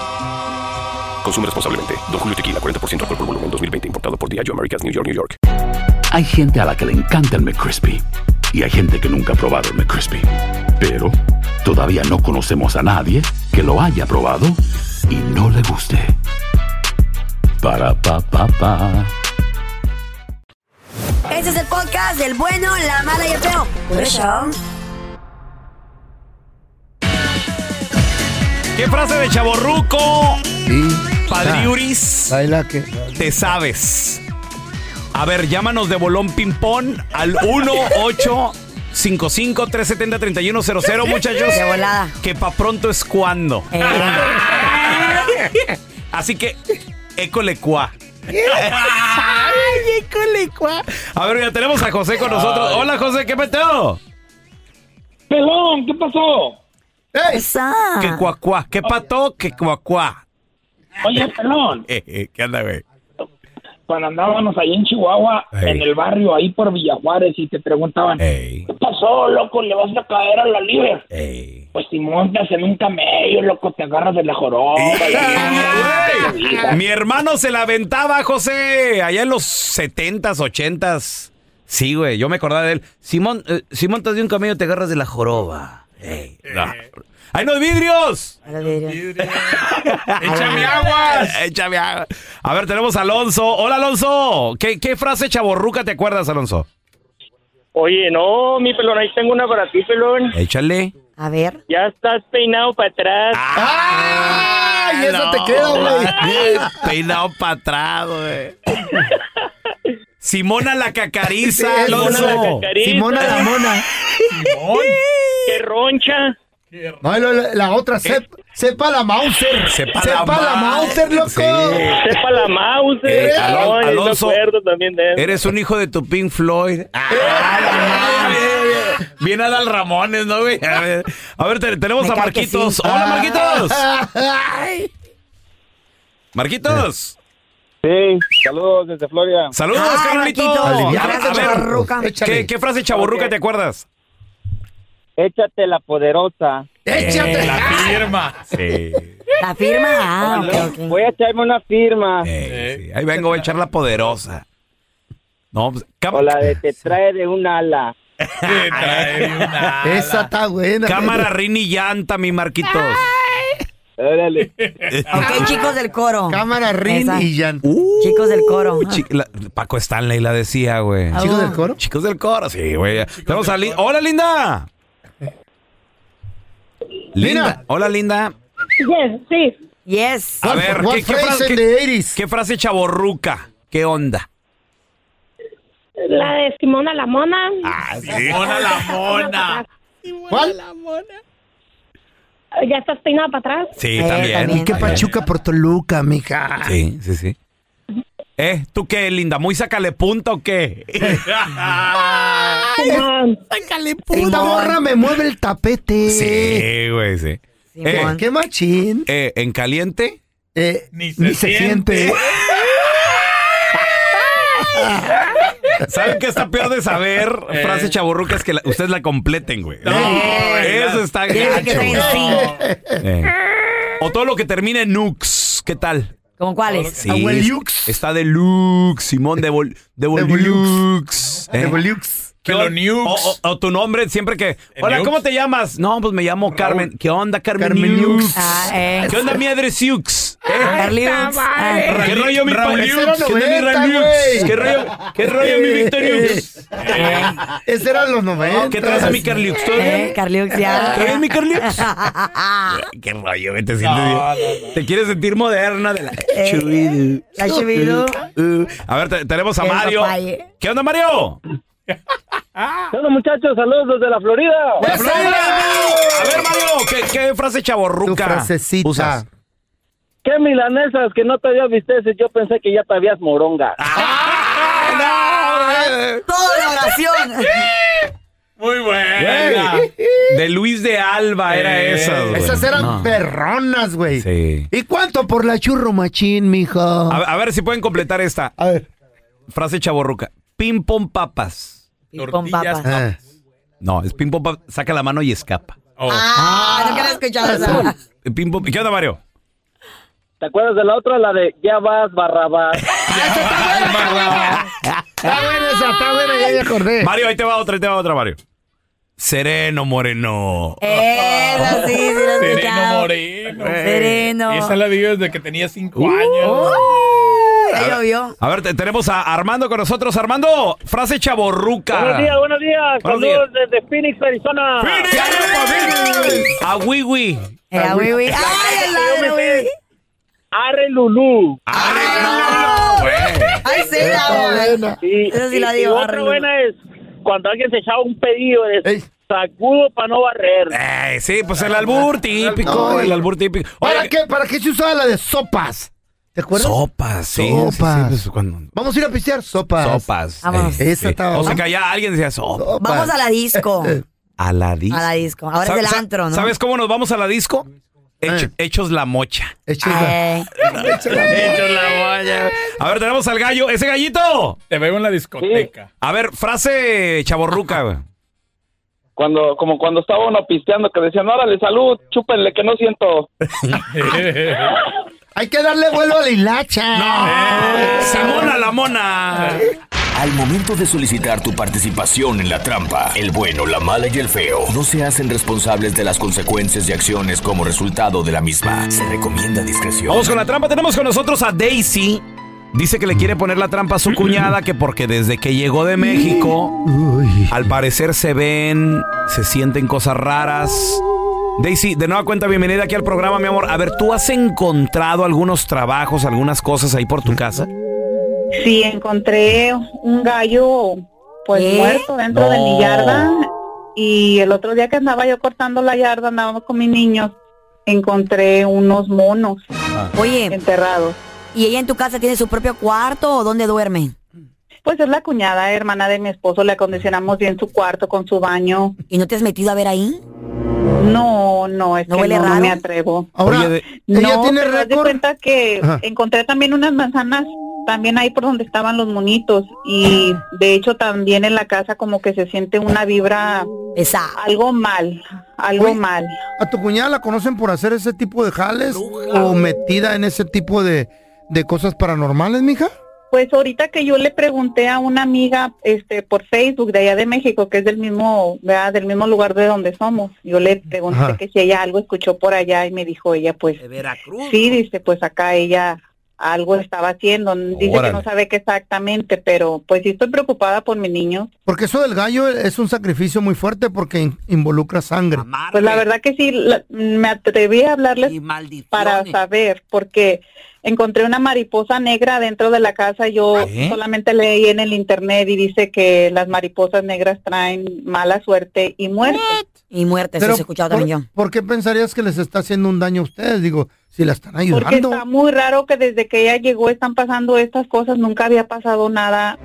Speaker 19: Consume responsablemente. Don Julio Tequila 40% alcohol por volumen 2020 importado por Diageo Americas New York New York.
Speaker 20: Hay gente a la que le encanta el McCrispy y hay gente que nunca ha probado el McCrispy. Pero todavía no conocemos a nadie que lo haya probado y no le guste. Para pa pa pa.
Speaker 3: Este es el podcast del bueno, la mala y el feo. Por eso.
Speaker 1: ¿Qué frase de chaborruco? Padriuris.
Speaker 2: Baila que.
Speaker 1: Te sabes. A ver, llámanos de bolón ping-pong al 1-855-370-3100, muchachos.
Speaker 3: De volada. Eh.
Speaker 1: Que pa' pronto es cuando. Así que, école cuá.
Speaker 13: Ay, colecua.
Speaker 1: A ver, ya tenemos a José con nosotros.
Speaker 13: Ay.
Speaker 1: Hola, José, ¿qué peteo?
Speaker 17: Pelón, ¿qué pasó?
Speaker 21: Ah.
Speaker 1: ¿Qué cuacuá? ¿Qué pato? ¿Qué cuacuá?
Speaker 17: Oye, pelón.
Speaker 1: Eh, eh, ¿Qué anda, güey?
Speaker 17: Cuando andábamos ahí en Chihuahua,
Speaker 1: Ey.
Speaker 17: en el barrio, ahí por Villajuárez, y te preguntaban, ¿qué pasó, loco? ¿Le vas a caer a la libre? Pues si montas en un camello, loco, te agarras de la joroba.
Speaker 1: Mi hermano se la aventaba, José, allá en los 70s, 80s. Sí, güey, yo me acordaba de él. Simón, eh, si montas de un camello te agarras de la joroba. Ey,
Speaker 17: Eh.
Speaker 1: no. ¡Ay, no hay vidrios!
Speaker 13: Échame
Speaker 1: aguas! ¡Échame aguas! A ver, tenemos a Alonso. Hola, Alonso. ¿Qué, qué frase chaborruca te acuerdas, Alonso?
Speaker 21: Oye, no, mi pelón, ahí tengo una para ti, pelón.
Speaker 1: Échale.
Speaker 21: A ver. Ya estás peinado para atrás.
Speaker 2: ¡Ay,
Speaker 21: esa te queda,
Speaker 1: güey! Ah, Peinado para atrás, güey. Simona la cacariza,
Speaker 21: Simona la
Speaker 1: Alonso.
Speaker 21: cacariza. Simona la mona. ¡Qué roncha!
Speaker 2: No, y lo- la, la otra, sep- sepa la Mauser.
Speaker 1: Sepa,
Speaker 2: la, Mauser, loco.
Speaker 21: Sepa la Mauser.
Speaker 1: Eh, Alon-
Speaker 21: Ay, no
Speaker 1: Alonso,
Speaker 21: acuerdo también de eso.
Speaker 1: Eres un hijo de tu Pink Floyd. Ah, Bien Adal Ramones, ¿no, güey? A ver, a ver, te- tenemos a Marquitos.
Speaker 2: Ah.
Speaker 1: Hola, Marquitos.
Speaker 2: Ay.
Speaker 1: Marquitos.
Speaker 22: Sí, saludos desde Florida.
Speaker 1: Saludos,
Speaker 22: Ay,
Speaker 1: carnalito.
Speaker 22: Marquito.
Speaker 1: A ver,
Speaker 22: Frase
Speaker 1: a ver,
Speaker 22: chavorruca.
Speaker 1: ¿Qué, qué frase chaborruca
Speaker 22: Ok.
Speaker 1: te acuerdas?
Speaker 22: Échate la poderosa.
Speaker 1: Échate
Speaker 22: la firma.
Speaker 3: La firma. Ah, ok, ok.
Speaker 22: Voy a echarme una firma.
Speaker 1: Eh, Sí, ahí vengo, voy a echar la poderosa. No, pues, cam-
Speaker 22: O la de te trae de un ala.
Speaker 2: Esa está buena.
Speaker 1: cámara, rin y llanta, mi Marquitos. Eh,
Speaker 22: Órale.
Speaker 3: Ok, Eh, chicos del coro.
Speaker 2: Cámara, rin
Speaker 3: Esa.
Speaker 2: y llan.
Speaker 3: Chicos del coro.
Speaker 1: Uh, chi- la- Paco Stanley la decía, güey.
Speaker 3: ¿Chicos del
Speaker 2: coro?
Speaker 1: Chicos del coro, sí, güey. Tenemos a Lin- ¡Hola, linda! Linda. Hola, linda.
Speaker 3: Yes, sí. Yes.
Speaker 1: A ver, ¿qué, qué, frase,
Speaker 2: qué,
Speaker 1: qué frase chaborruca? ¿Qué onda?
Speaker 13: La de Simona la Mona.
Speaker 1: Ah, sí.
Speaker 13: Simona la Mona.
Speaker 2: ¿Cuál?
Speaker 13: La Mona. Ya estás peinada para atrás.
Speaker 2: Eh,
Speaker 1: Sí, también.
Speaker 2: Y que Pachuca por Toluca, mija.
Speaker 1: Sí, sí, sí. ¿Eh? ¿Tú qué, linda? ¿Muy sacale punta o qué?
Speaker 2: Sácale, puta morra, me mueve el tapete.
Speaker 1: sí, güey, sí. Eh,
Speaker 2: Qué machín.
Speaker 1: eh, ¿En caliente?
Speaker 2: Eh, ni se, siente.
Speaker 1: Ah. ¿Saben qué está peor de saber?
Speaker 2: Eh.
Speaker 1: Frase chaburrucas que la- ustedes la completen, güey. Eso está
Speaker 3: Tiene que
Speaker 1: gacho,
Speaker 3: ser
Speaker 1: güey.
Speaker 3: sí.
Speaker 1: Eh. O todo lo que termine en nux. ¿Qué tal?
Speaker 3: ¿Cómo cuáles?
Speaker 2: Ah,
Speaker 1: Sí, Está de Lux, Simón de Vol, de Volux. eh. ¿Qué on- O, o- o tu nombre siempre que. Hola,
Speaker 4: Nux?
Speaker 1: ¿cómo te llamas? No, pues me llamo Carmen. ¿Qué onda, Carmen?
Speaker 4: Carmen
Speaker 1: Nux?
Speaker 4: Nux.
Speaker 3: Ah, eh.
Speaker 1: ¿Qué onda, mi Adresiux? ¿Qué rollo, mi
Speaker 4: Raúl
Speaker 1: pa-
Speaker 4: Nux.
Speaker 1: ¿Qué onda, mi
Speaker 2: Noventa,
Speaker 1: Ranux?
Speaker 2: güey.
Speaker 1: ¿Qué rollo, qué rollo mi Victoriux?
Speaker 2: Ese era los 90.
Speaker 1: ¿Qué traes a mi Carliux? ¿Todo bien?
Speaker 3: Eh, Carliux, ya.
Speaker 1: ¿Todo bien, mi Carliux? ¿Qué rollo, güey? Te sientes bien. Te quieres sentir moderna de la. Chubidu.
Speaker 3: la chubidu.
Speaker 1: Uh, uh. A ver, te- tenemos a
Speaker 3: El
Speaker 1: Mario.
Speaker 3: papaye.
Speaker 1: ¿Qué onda, Mario?
Speaker 22: Saludos muchachos, saludos desde la Florida.
Speaker 1: ¡Hola, Florida! A ver, Mario, ¿qué, qué frase chaborruca?
Speaker 2: frasecita.
Speaker 1: usas?
Speaker 22: Qué milanesas que no te había visteces, yo pensé que ya te habías moronga.
Speaker 1: Ah.
Speaker 3: Toda la oración.
Speaker 4: Muy buena.
Speaker 1: Güey, De Luis de Alba Ah, era esa. güey.
Speaker 2: Esas eran
Speaker 1: No.
Speaker 2: perronas, güey.
Speaker 1: Sí.
Speaker 2: ¿Y cuánto por la churro machín, mijo?
Speaker 1: A, a ver si pueden completar esta.
Speaker 2: A ver.
Speaker 1: Frase chaborruca. Pim pom papas.
Speaker 3: Con papas.
Speaker 2: Ah.
Speaker 1: No, es pim pom papas. Saca la mano y escapa.
Speaker 2: Oh.
Speaker 3: Ah, nunca la he escuchado esa.
Speaker 1: Pim, pom- ¿Qué onda, Mario?
Speaker 22: ¿Te acuerdas de la otra? La de ya vas, barrabás.
Speaker 2: Ah, Está buena esa, está buena, ya me acordé.
Speaker 1: Mario, ahí te va otra, ahí te va otra, Mario. Sereno, moreno.
Speaker 3: Esa sí, sí la he
Speaker 4: Sereno
Speaker 3: escuchado.
Speaker 4: Moreno.
Speaker 3: Sereno.
Speaker 4: Esa la digo desde que tenía cinco años.
Speaker 3: Ahí lo vio.
Speaker 1: A ver, te- tenemos a Armando con nosotros. Armando, frase chaborruca.
Speaker 22: Buenos días, buenos días.
Speaker 1: Buenos
Speaker 22: Saludos desde Phoenix, Arizona.
Speaker 1: A Wiwi.
Speaker 2: Eh,
Speaker 3: Era Wiwi. Ah, ¡Ay, el ladro, Wiwi!
Speaker 22: Arre Lulú.
Speaker 3: Ah, ¡Ay, sí, la
Speaker 2: buena.
Speaker 22: Y,
Speaker 3: Esa sí
Speaker 22: y-
Speaker 3: la
Speaker 22: y
Speaker 3: digo,
Speaker 22: otra
Speaker 3: arre,
Speaker 22: buena es cuando alguien se echaba un pedido
Speaker 2: Ey.
Speaker 22: de sacudo para no barrer.
Speaker 1: Eh, sí, pues el albur típico,
Speaker 2: No, eh.
Speaker 1: el albur típico.
Speaker 2: ¿Para
Speaker 1: Oye,
Speaker 2: qué? ¿Para qué se usaba la de sopas? ¿Te acuerdas?
Speaker 1: Sopas, sí.
Speaker 2: Sopas.
Speaker 1: sí, sí, pues, cuando-
Speaker 2: Vamos a ir a pistear sopas.
Speaker 1: Sopas.
Speaker 3: Vámonos.
Speaker 1: eh,
Speaker 2: Esa
Speaker 1: sí.
Speaker 2: estaba-
Speaker 1: O sea que allá alguien decía sopa.
Speaker 2: Sopas. Eh.
Speaker 3: Vamos a la disco.
Speaker 1: A la disco.
Speaker 3: A la disco. Ahora es
Speaker 1: ¿Sabe-
Speaker 3: el
Speaker 1: sa-
Speaker 3: antro, ¿no?
Speaker 1: ¿Sabes cómo nos vamos a la disco? Hech-
Speaker 2: Eh.
Speaker 1: Hechos la mocha.
Speaker 2: Échela.
Speaker 3: Eh,
Speaker 1: Hechos la mocha. A ver, tenemos al gallo. ¡Ese gallito!
Speaker 4: Te veo en la discoteca.
Speaker 1: A ver, frase chaborruca, güey.
Speaker 8: Cuando, como cuando estaba uno pisteando que decían, órale, salud, chúpenle que no siento.
Speaker 2: Hay que darle vuelo a la hilacha. Eh.
Speaker 1: Simona la mona.
Speaker 23: Al momento de solicitar tu participación en la trampa, el bueno, la mala y el feo no se hacen responsables de las consecuencias y acciones como resultado de la misma. Se recomienda discreción.
Speaker 1: Vamos con la trampa. Tenemos con nosotros a Daisy. Dice que le quiere poner la trampa a su cuñada, que porque desde que llegó de México, al parecer se ven, se sienten cosas raras. Daisy, de nueva cuenta, bienvenida aquí al programa, mi amor. A ver, ¿tú has encontrado algunos trabajos, algunas cosas ahí por tu casa?
Speaker 24: Sí, encontré un gallo pues
Speaker 3: ¿Eh?
Speaker 24: muerto dentro de mi yarda Y el otro día que andaba yo cortando la yarda, andábamos con mis niños, encontré unos monos
Speaker 14: Oye.
Speaker 24: enterrados.
Speaker 14: ¿Y ella en tu casa tiene su propio cuarto o dónde duerme?
Speaker 24: Pues es la cuñada, hermana de mi esposo, le acondicionamos bien su cuarto con su baño.
Speaker 14: ¿Y no te has metido a ver ahí?
Speaker 24: No, no, es
Speaker 14: ¿No
Speaker 24: que
Speaker 14: huele
Speaker 24: no, no
Speaker 14: raro?
Speaker 24: me atrevo.
Speaker 14: Ahora, Oye, de-
Speaker 7: ella
Speaker 24: no,
Speaker 7: tiene
Speaker 24: pero haz de
Speaker 7: récord.
Speaker 24: cuenta que
Speaker 7: Ajá.
Speaker 24: encontré también unas manzanas también ahí por donde estaban los monitos y de hecho también en la casa como que se siente una vibra algo mal, algo
Speaker 7: Oye,
Speaker 24: mal.
Speaker 7: ¿A tu cuñada la conocen por hacer ese tipo de jales o metida en ese tipo de, de cosas paranormales, mija?
Speaker 24: Pues ahorita que yo le pregunté a una amiga este por Facebook de allá de México, que es del mismo, ¿verdad? del mismo lugar de donde somos, yo le pregunté
Speaker 13: Ajá.
Speaker 24: que si ella algo escuchó por allá y me dijo ella pues
Speaker 13: Veracruz.
Speaker 24: sí, dice pues acá ella algo estaba haciendo, dice que
Speaker 7: Órale.
Speaker 24: no sabe qué exactamente, pero pues sí estoy preocupada por mi niño.
Speaker 7: Porque eso del gallo es un sacrificio muy fuerte porque in- involucra sangre.
Speaker 24: Pues la verdad que sí, la- me atreví a hablarles para saber, porque encontré una mariposa negra dentro de la casa. Yo
Speaker 7: ¿Eh?
Speaker 13: ¿Qué?
Speaker 24: solamente leí en el internet y dice que las mariposas negras traen mala suerte y muerte.
Speaker 14: Y muerte, eso
Speaker 7: Pero,
Speaker 14: se ha escuchado también
Speaker 7: ¿por,
Speaker 14: yo.
Speaker 7: por qué pensarías que les está haciendo un daño a ustedes? Digo, si la están
Speaker 24: Porque
Speaker 7: ayudando.
Speaker 24: está muy raro que desde que ella llegó están pasando estas cosas, nunca había pasado nada.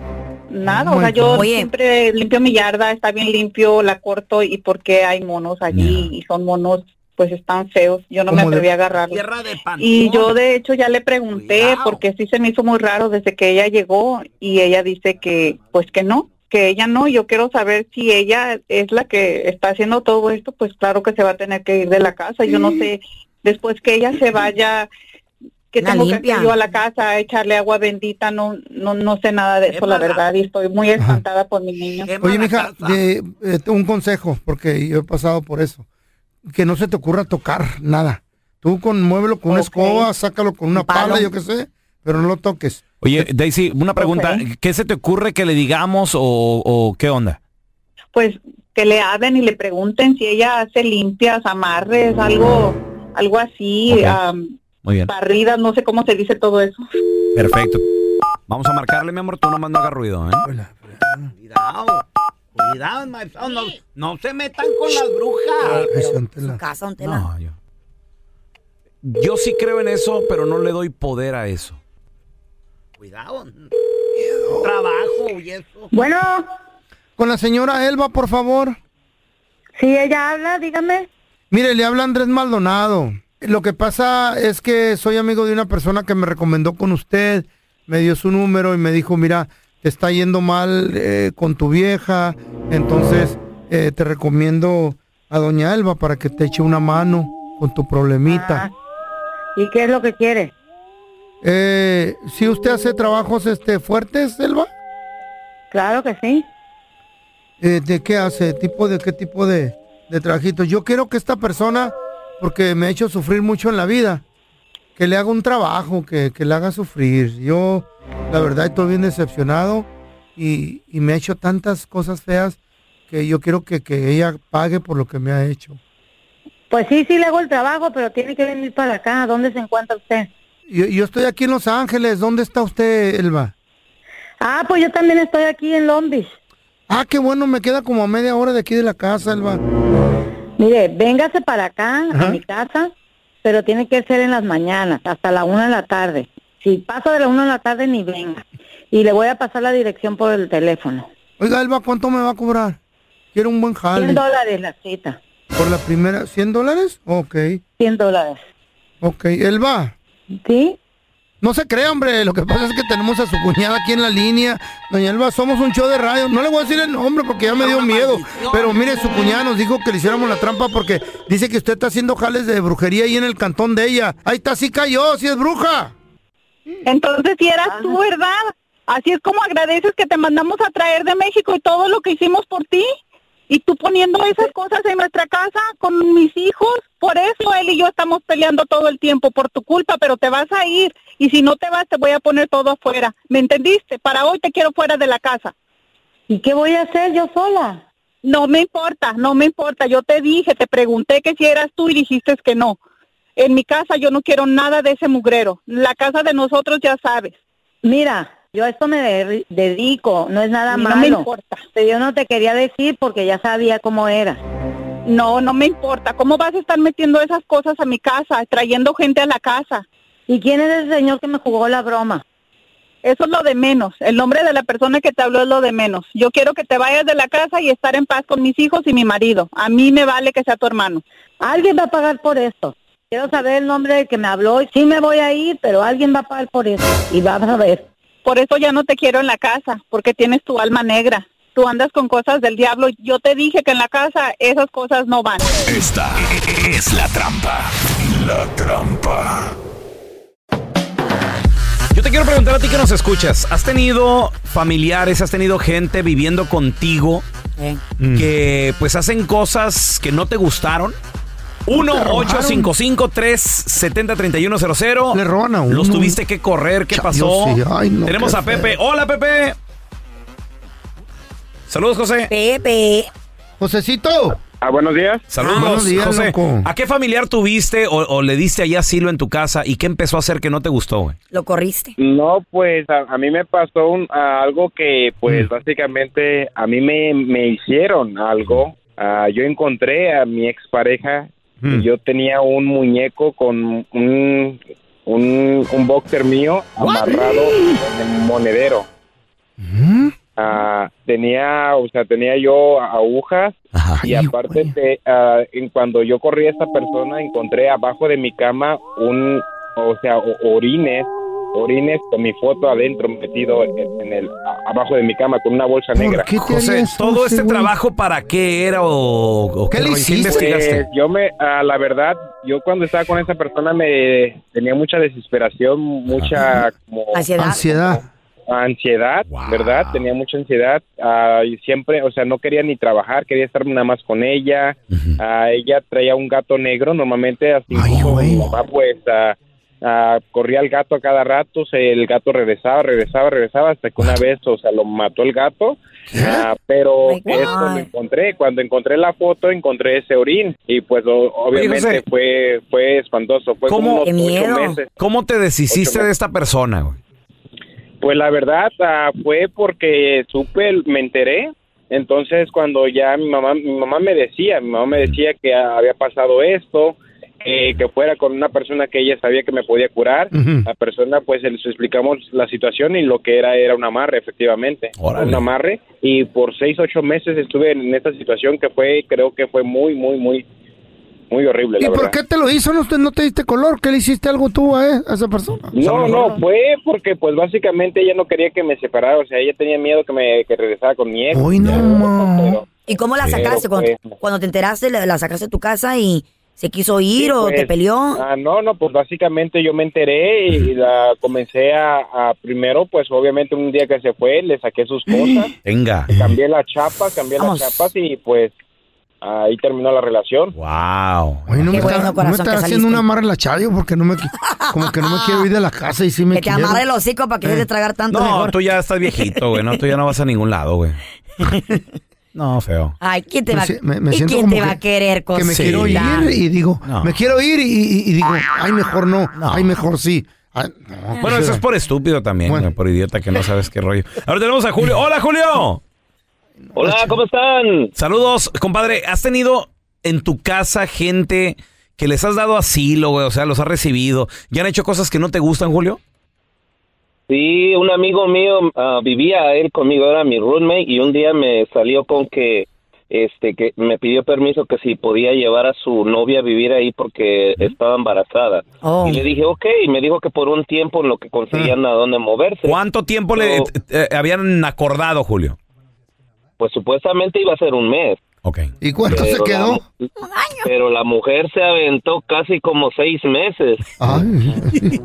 Speaker 24: Nada,
Speaker 7: Oh
Speaker 24: o sea,
Speaker 7: my
Speaker 24: yo
Speaker 7: God. Oye.
Speaker 24: siempre limpio mi yarda, está bien limpio, la corto y porque hay monos allí y son monos pues están feos, yo no me
Speaker 13: Como de-
Speaker 24: atreví a agarrarlos.
Speaker 13: Tierra de
Speaker 24: Y yo de hecho ya le pregunté porque sí se me hizo muy raro desde que ella llegó y ella dice que pues que no, que ella no, yo quiero saber si ella es la que está haciendo todo esto, pues claro que se va a tener que ir de la casa, yo no sé, después que ella se vaya que
Speaker 14: Una
Speaker 24: tengo que
Speaker 14: limpia.
Speaker 24: hacer yo a la casa a echarle agua bendita, no no no sé nada de eso, la verdad, y estoy muy espantada por mi niño.
Speaker 7: Oye, mija, de- eh, un consejo, porque yo he pasado por eso. Que no se te ocurra tocar nada. Tú conmuévelo con una escoba, sácalo con una pala, yo qué sé, pero no lo toques.
Speaker 1: Oye, Daisy, una pregunta. ¿Qué se te ocurre que le digamos o, o qué onda?
Speaker 24: pues que le hablen y le pregunten si ella hace limpias, amarres, algo, algo así,
Speaker 1: Ok.
Speaker 24: am,
Speaker 1: Muy bien.
Speaker 24: barridas, no sé cómo se dice todo eso.
Speaker 1: Perfecto. Vamos a marcarle, mi amor. Tú nomás no hagas ruido, ¿eh?
Speaker 8: Cuidado. Cuidado, my friend. No, no se metan con las
Speaker 2: Ah,
Speaker 8: brujas. pues,
Speaker 14: Su casa, don Tela.
Speaker 1: No, yo. Yo sí creo en eso, pero no le doy poder a eso.
Speaker 8: Cuidado. Trabajo y eso.
Speaker 7: Bueno. Con la señora Elba, por favor.
Speaker 24: Sí, ella habla, dígame.
Speaker 7: Mire, le habla Andrés Maldonado. Lo que pasa es que soy amigo de una persona que me recomendó con usted, me dio su número y me dijo, mira, te está yendo mal eh, con tu vieja, entonces eh, te recomiendo a doña Elba para que te eche una mano con tu problemita.
Speaker 24: Ah, ¿Y qué es lo que quiere?
Speaker 7: Eh, si usted hace trabajos este fuertes, Elba.
Speaker 24: Claro que sí.
Speaker 7: Eh, ¿De qué hace? ¿Tipo de qué tipo de, de trabajitos? Yo quiero que esta persona, porque me ha hecho sufrir mucho en la vida, que le haga un trabajo, que, que le haga sufrir. Yo, la verdad, estoy bien decepcionado y, y me ha hecho tantas cosas feas que yo quiero que, que ella pague por lo que me ha hecho.
Speaker 13: Pues sí, sí le hago el trabajo, pero tiene que venir para acá. ¿Dónde se encuentra usted?
Speaker 7: Yo, yo estoy aquí en Los Ángeles. ¿Dónde está usted, Elba?
Speaker 13: Ah, pues yo también estoy aquí en Long Beach.
Speaker 7: Ah, qué bueno, me queda como a media hora de aquí de la casa, Elba.
Speaker 13: Mire, véngase para acá,
Speaker 7: Ajá.
Speaker 13: a mi casa, pero tiene que ser en las mañanas, hasta la una de la tarde. Si pasa de la una de la tarde, ni venga. Y le voy a pasar la dirección por el teléfono.
Speaker 7: Oiga, Elba, ¿cuánto me va a cobrar? Quiero un buen jale.
Speaker 13: 100 dólares la cita.
Speaker 7: ¿Por la primera? ¿100 dólares? Ok.
Speaker 13: 100 dólares.
Speaker 7: Ok, Elba.
Speaker 13: ¿Sí?
Speaker 7: No se crea, hombre. Lo que pasa es que tenemos a su cuñada aquí en la línea. Doña Elba, somos un show de radio. No le voy a decir el nombre porque ya me dio miedo. Pero mire, su cuñada nos dijo que le hiciéramos la trampa porque dice que usted está haciendo jales de brujería ahí en el cantón de ella. Ahí está, sí cayó, sí es bruja.
Speaker 13: Entonces,
Speaker 24: si eras tú, ¿verdad? Así es como agradeces que te mandamos a traer de México y todo lo que hicimos por ti. Y tú poniendo esas cosas en nuestra casa con mis hijos. Por eso él y yo estamos peleando todo el tiempo por tu culpa, pero te vas a ir. Y si no te vas, te voy a poner todo afuera. ¿Me entendiste? Para hoy te quiero fuera de la casa.
Speaker 13: ¿y qué voy a hacer yo sola?
Speaker 24: No me importa, no me importa. Yo te dije, te pregunté que si eras tú y dijiste que no. En mi casa yo no quiero nada de ese mugrero. La casa de nosotros ya sabes.
Speaker 13: Mira, Yo a esto me de- dedico, no es nada
Speaker 24: A mí no
Speaker 13: malo.
Speaker 24: me importa.
Speaker 13: Pero yo no te quería decir porque ya sabía cómo era.
Speaker 24: No, no me importa. ¿Cómo vas a estar metiendo esas cosas a mi casa, trayendo gente a la casa?
Speaker 13: ¿Y quién es el señor que me jugó la broma?
Speaker 24: Eso es lo de menos. El nombre de la persona que te habló es lo de menos. Yo quiero que te vayas de la casa y estar en paz con mis hijos y mi marido. A mí me vale que sea tu hermano.
Speaker 13: Alguien va a pagar por esto. Quiero saber el nombre del que me habló. Sí me voy a ir, pero alguien va a pagar por eso. Y vas a ver.
Speaker 24: Por eso ya no te quiero en la casa, porque tienes tu alma negra. Tú andas con cosas del diablo. Yo te dije que en la casa esas cosas no van.
Speaker 20: Esta es la trampa. La trampa.
Speaker 1: Yo te quiero preguntar a ti que nos escuchas. ¿Has tenido familiares, has tenido gente viviendo contigo que pues hacen cosas que no te gustaron?
Speaker 2: Te robaron.
Speaker 1: 1-855-370-3100.
Speaker 2: Le roban a uno.
Speaker 1: Los tuviste que correr, ¿qué
Speaker 2: Cha-
Speaker 1: pasó?
Speaker 2: yo sí, ay, no,
Speaker 1: Tenemos
Speaker 2: qué
Speaker 1: a Pepe. Hola, Pepe. Saludos, José.
Speaker 3: Pepe.
Speaker 2: Josecito.
Speaker 1: Ah, buenos días. Saludos,
Speaker 2: Buenos días,
Speaker 1: José.
Speaker 2: loco.
Speaker 1: ¿A qué familiar tuviste o, o le diste ahí asilo en tu casa y qué empezó a hacer que no te gustó, güey?
Speaker 3: Lo corriste.
Speaker 4: No, pues a, a mí me pasó un, a algo que, pues básicamente a mí me, me hicieron algo. Ah, yo encontré a mi expareja
Speaker 1: Mm.
Speaker 5: Mm.
Speaker 4: y yo tenía un muñeco con un, un, un boxer mío amarrado en el monedero.
Speaker 2: Mm.
Speaker 4: Ah, tenía, o sea, tenía yo agujas y aparte te- ah, en cuando yo corrí a esta persona encontré abajo de mi cama un, o sea, o- orines, orines con mi foto adentro metido en, en el a- abajo de mi cama con una bolsa negra.
Speaker 1: José, todo este trabajo para qué era o, o qué, rollo? ¿Qué
Speaker 4: Pues,
Speaker 1: investigaste?
Speaker 4: yo me, ah, la verdad, yo cuando estaba con esa persona me tenía mucha desesperación, mucha como
Speaker 2: Ansiedad.
Speaker 4: ansiedad, ¿verdad? Tenía mucha ansiedad. ah, y siempre, o sea, no quería ni trabajar, quería estar nada más con ella. Ah, ella traía un gato negro, normalmente así como mi mamá, pues ah, ah, corría el gato a cada rato, se- el gato regresaba, regresaba, regresaba, hasta que una vez, o sea, lo mató el gato. Ah, pero
Speaker 17: Oh My God.
Speaker 4: eso lo encontré. Cuando encontré la foto, encontré ese orín. Y pues, o- obviamente,
Speaker 1: José.
Speaker 4: fue, fue espantoso. Fue como
Speaker 1: ¿Cómo,
Speaker 4: unos ocho meses.
Speaker 1: ¿Cómo te deshiciste de esta persona, güey?
Speaker 4: Pues la verdad ah, fue porque supe, me enteré. Entonces cuando ya mi mamá, mi mamá me decía, mi mamá me decía que había pasado esto, eh, que fuera con una persona que ella sabía que me podía curar.
Speaker 17: Ujú.
Speaker 4: La persona, pues les explicamos la situación y lo que era era un amarre, efectivamente,
Speaker 17: Órale.
Speaker 4: un amarre. Y por seis ocho meses estuve en esta situación que fue, creo que fue muy muy muy muy horrible.
Speaker 2: ¿Y
Speaker 4: la
Speaker 2: por
Speaker 4: verdad.
Speaker 2: qué te lo hizo? ¿No te, no te diste color? ¿Qué le hiciste algo tú a, e- a esa persona?
Speaker 4: No, no, fue porque pues básicamente ella no quería que me separara, o sea, ella tenía miedo que me que regresara con mi ex.
Speaker 2: Uy, no,
Speaker 3: ¿Y cómo la
Speaker 4: Pero, pues.
Speaker 3: sacaste? Cuando, cuando te enteraste, la, la sacaste de tu casa y se quiso ir o te peleó.
Speaker 4: Ah, no, no, pues básicamente yo me enteré y la comencé a, a- primero, pues obviamente un día que se fue, le saqué sus cosas,
Speaker 1: Venga.
Speaker 4: cambié la chapa, cambié
Speaker 3: Vamos.
Speaker 4: las chapas y pues ahí terminó la relación.
Speaker 1: Wow.
Speaker 2: Oye, no me,
Speaker 4: Qué
Speaker 2: está, no
Speaker 4: bueno,
Speaker 2: me
Speaker 4: corazón,
Speaker 2: está
Speaker 4: que
Speaker 2: haciendo
Speaker 4: saliste.
Speaker 2: una amarra en la chayo porque no me, qui- como que no me quiero ir de la casa y sí
Speaker 3: Ah.
Speaker 2: me
Speaker 3: Que te
Speaker 2: quiero.
Speaker 3: amarre el hocico para que dejes de tragar tanto
Speaker 1: No,
Speaker 3: mejor.
Speaker 1: tú ya estás viejito, güey. No, tú ya no vas a ningún lado, güey. No, feo.
Speaker 3: Ay, ¿quién te,
Speaker 2: Me
Speaker 3: va,
Speaker 2: si- me- me
Speaker 3: ¿y
Speaker 2: siento
Speaker 3: quién
Speaker 2: como
Speaker 3: te va
Speaker 2: que-
Speaker 3: a querer,
Speaker 2: que me
Speaker 3: cosita?
Speaker 2: quiero ir y digo, me quiero ir y, y- y digo,
Speaker 3: Ah.
Speaker 2: ay, mejor no, ay, mejor sí. Ah, Ay, no,
Speaker 1: Bueno, eso es por estúpido también, güey, por idiota que no sabes qué rollo. Ahora tenemos a Julio. Hola, Julio.
Speaker 21: Hola, ¿cómo están?
Speaker 1: Saludos, compadre. ¿Has tenido en tu casa gente que les has dado asilo, güey? O sea, los has recibido. ¿Ya han hecho cosas que no te gustan, Julio?
Speaker 21: Sí, un amigo mío ah, vivía él conmigo, era mi roommate, y un día me salió con que este que me pidió permiso que si podía llevar a su novia a vivir ahí porque estaba embarazada.
Speaker 3: Oh.
Speaker 21: Y le dije, ok, y me dijo que por un tiempo en lo que conseguían a dónde moverse.
Speaker 1: Mm. ¿Cuánto tiempo le eh, habían acordado, Julio?
Speaker 21: Pues supuestamente iba a ser un mes.
Speaker 1: Ok.
Speaker 2: ¿Y cuánto se quedó?
Speaker 21: pero la mujer se aventó casi como seis meses.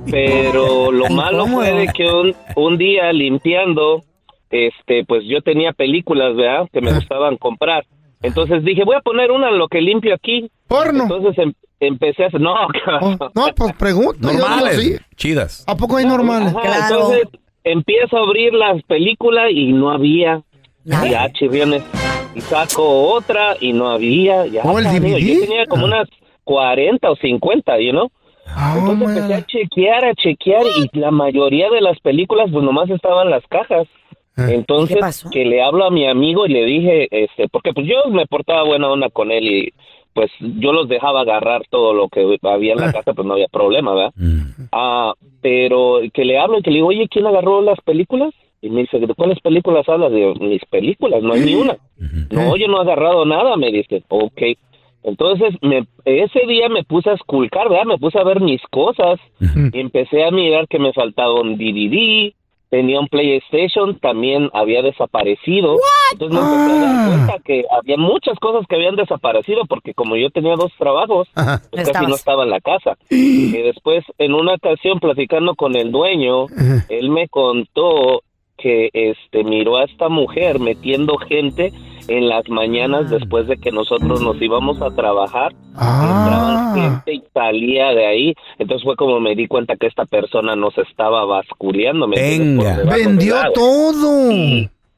Speaker 21: Pero lo malo fue de que un, un día limpiando, este, pues yo tenía películas, ¿verdad? Que me gustaban comprar. Entonces dije, voy a poner una en lo que limpio aquí.
Speaker 2: Porno.
Speaker 21: Entonces em- empecé a hacer, no, cabrón.
Speaker 2: No, pues pregunto. yo digo, sí.
Speaker 1: Chidas.
Speaker 2: ¿A poco hay normales?
Speaker 21: Ajá, Entonces empiezo a abrir las películas y no había. Ya, chirriones. Y saco otra y no había. Ya,
Speaker 2: Oh, el
Speaker 21: cabrón,
Speaker 2: DVD.
Speaker 21: Yo tenía como unas 40 o 50, you ¿no? Entonces empecé a chequear, a chequear y la mayoría de las películas pues nomás estaban las cajas. Entonces que le hablo a mi amigo y le dije, este, porque pues yo me portaba buena onda con él y pues yo los dejaba agarrar todo lo que había en la casa, pues no había problema, ¿verdad? Ah, pero que le hablo y que le digo, oye, ¿quién agarró las películas? Y me dice, ¿de cuáles
Speaker 8: pues,
Speaker 21: películas hablas? Digo, mis películas, no hay ni una. No, yo no he agarrado nada, me dice. Ok. Entonces, me, ese día me puse a esculcar, ¿verdad? Me puse a ver mis cosas. Y empecé a mirar que me faltaba un DVD, tenía un PlayStation, también había desaparecido. Entonces me empecé a dar cuenta que había muchas cosas que habían desaparecido, porque como yo tenía dos trabajos, pues casi no
Speaker 5: Estabas.
Speaker 21: estaba en la casa. Y después, en una ocasión, platicando con el dueño, él me contó que este miró a esta mujer metiendo gente en las mañanas después de que nosotros nos íbamos a trabajar
Speaker 2: Ah.
Speaker 21: entraban gente y salía de ahí entonces fue como me di cuenta que esta persona nos estaba basculeando ¿me entiendes? Por debajo del
Speaker 2: Vendió
Speaker 21: agua.
Speaker 2: todo.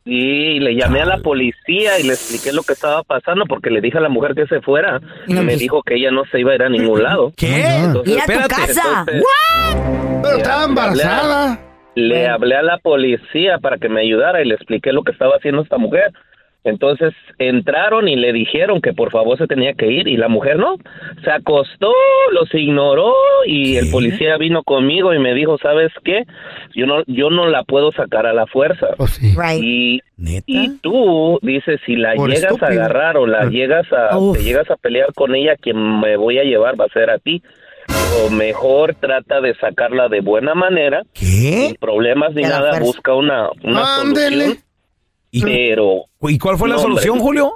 Speaker 21: Sí, le llamé a la policía y le expliqué lo que estaba pasando porque le dije a la mujer que se fuera y me dijo que ella no se iba a ir a ningún lado. ¿Qué?
Speaker 3: Ah. ¡Ir a pues, tu casa!
Speaker 2: Pero estaba embarazada.
Speaker 21: Le hablé a la policía para que me ayudara y le expliqué lo que estaba haciendo esta mujer. Entonces entraron y le dijeron que por favor se tenía que ir y la mujer no. Se acostó, los ignoró y el policía vino conmigo y me dijo, ¿sabes qué? Yo no, yo no la puedo sacar a la fuerza.
Speaker 5: Oh,
Speaker 21: y, y tú dices, si la
Speaker 5: Por
Speaker 21: llegas
Speaker 5: estúpido.
Speaker 21: a agarrar o
Speaker 1: Ah.
Speaker 21: la llegas a,
Speaker 5: Uf.
Speaker 21: te llegas a pelear con ella, quien me voy a llevar va a ser a ti. O mejor trata de sacarla de buena manera. Sin problemas ni
Speaker 5: De la
Speaker 21: nada,
Speaker 5: fuerza.
Speaker 21: busca una, una
Speaker 5: Ándele.
Speaker 21: solución. Pero...
Speaker 1: ¿Y cuál fue la
Speaker 21: No, hombre,
Speaker 1: solución, Julio?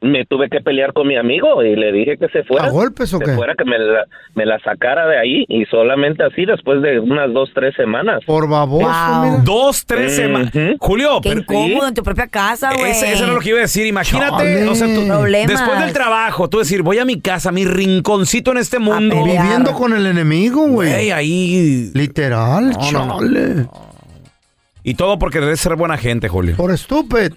Speaker 21: Me tuve que pelear con mi amigo y le dije que se fuera.
Speaker 2: ¿A golpes o
Speaker 21: que
Speaker 2: qué?
Speaker 21: Se fuera, que me la, me la sacara de ahí y solamente así después de unas dos, tres semanas.
Speaker 2: Por baboso, mira.
Speaker 1: Dos, tres semanas. Julio,
Speaker 3: Qué
Speaker 1: pero-
Speaker 3: incómodo en tu propia casa, güey.
Speaker 1: Ese- eso era lo que iba a decir. Imagínate,
Speaker 3: Chale.
Speaker 1: o sea, tú-
Speaker 3: Problemas.
Speaker 1: después del trabajo, tú decir, voy a mi casa, a mi rinconcito en este mundo.
Speaker 2: Viviendo con el enemigo, güey.
Speaker 1: Güey, ahí.
Speaker 2: Literal, chale.
Speaker 1: Y todo por querer ser buena gente, Julio.
Speaker 2: Por estúpido.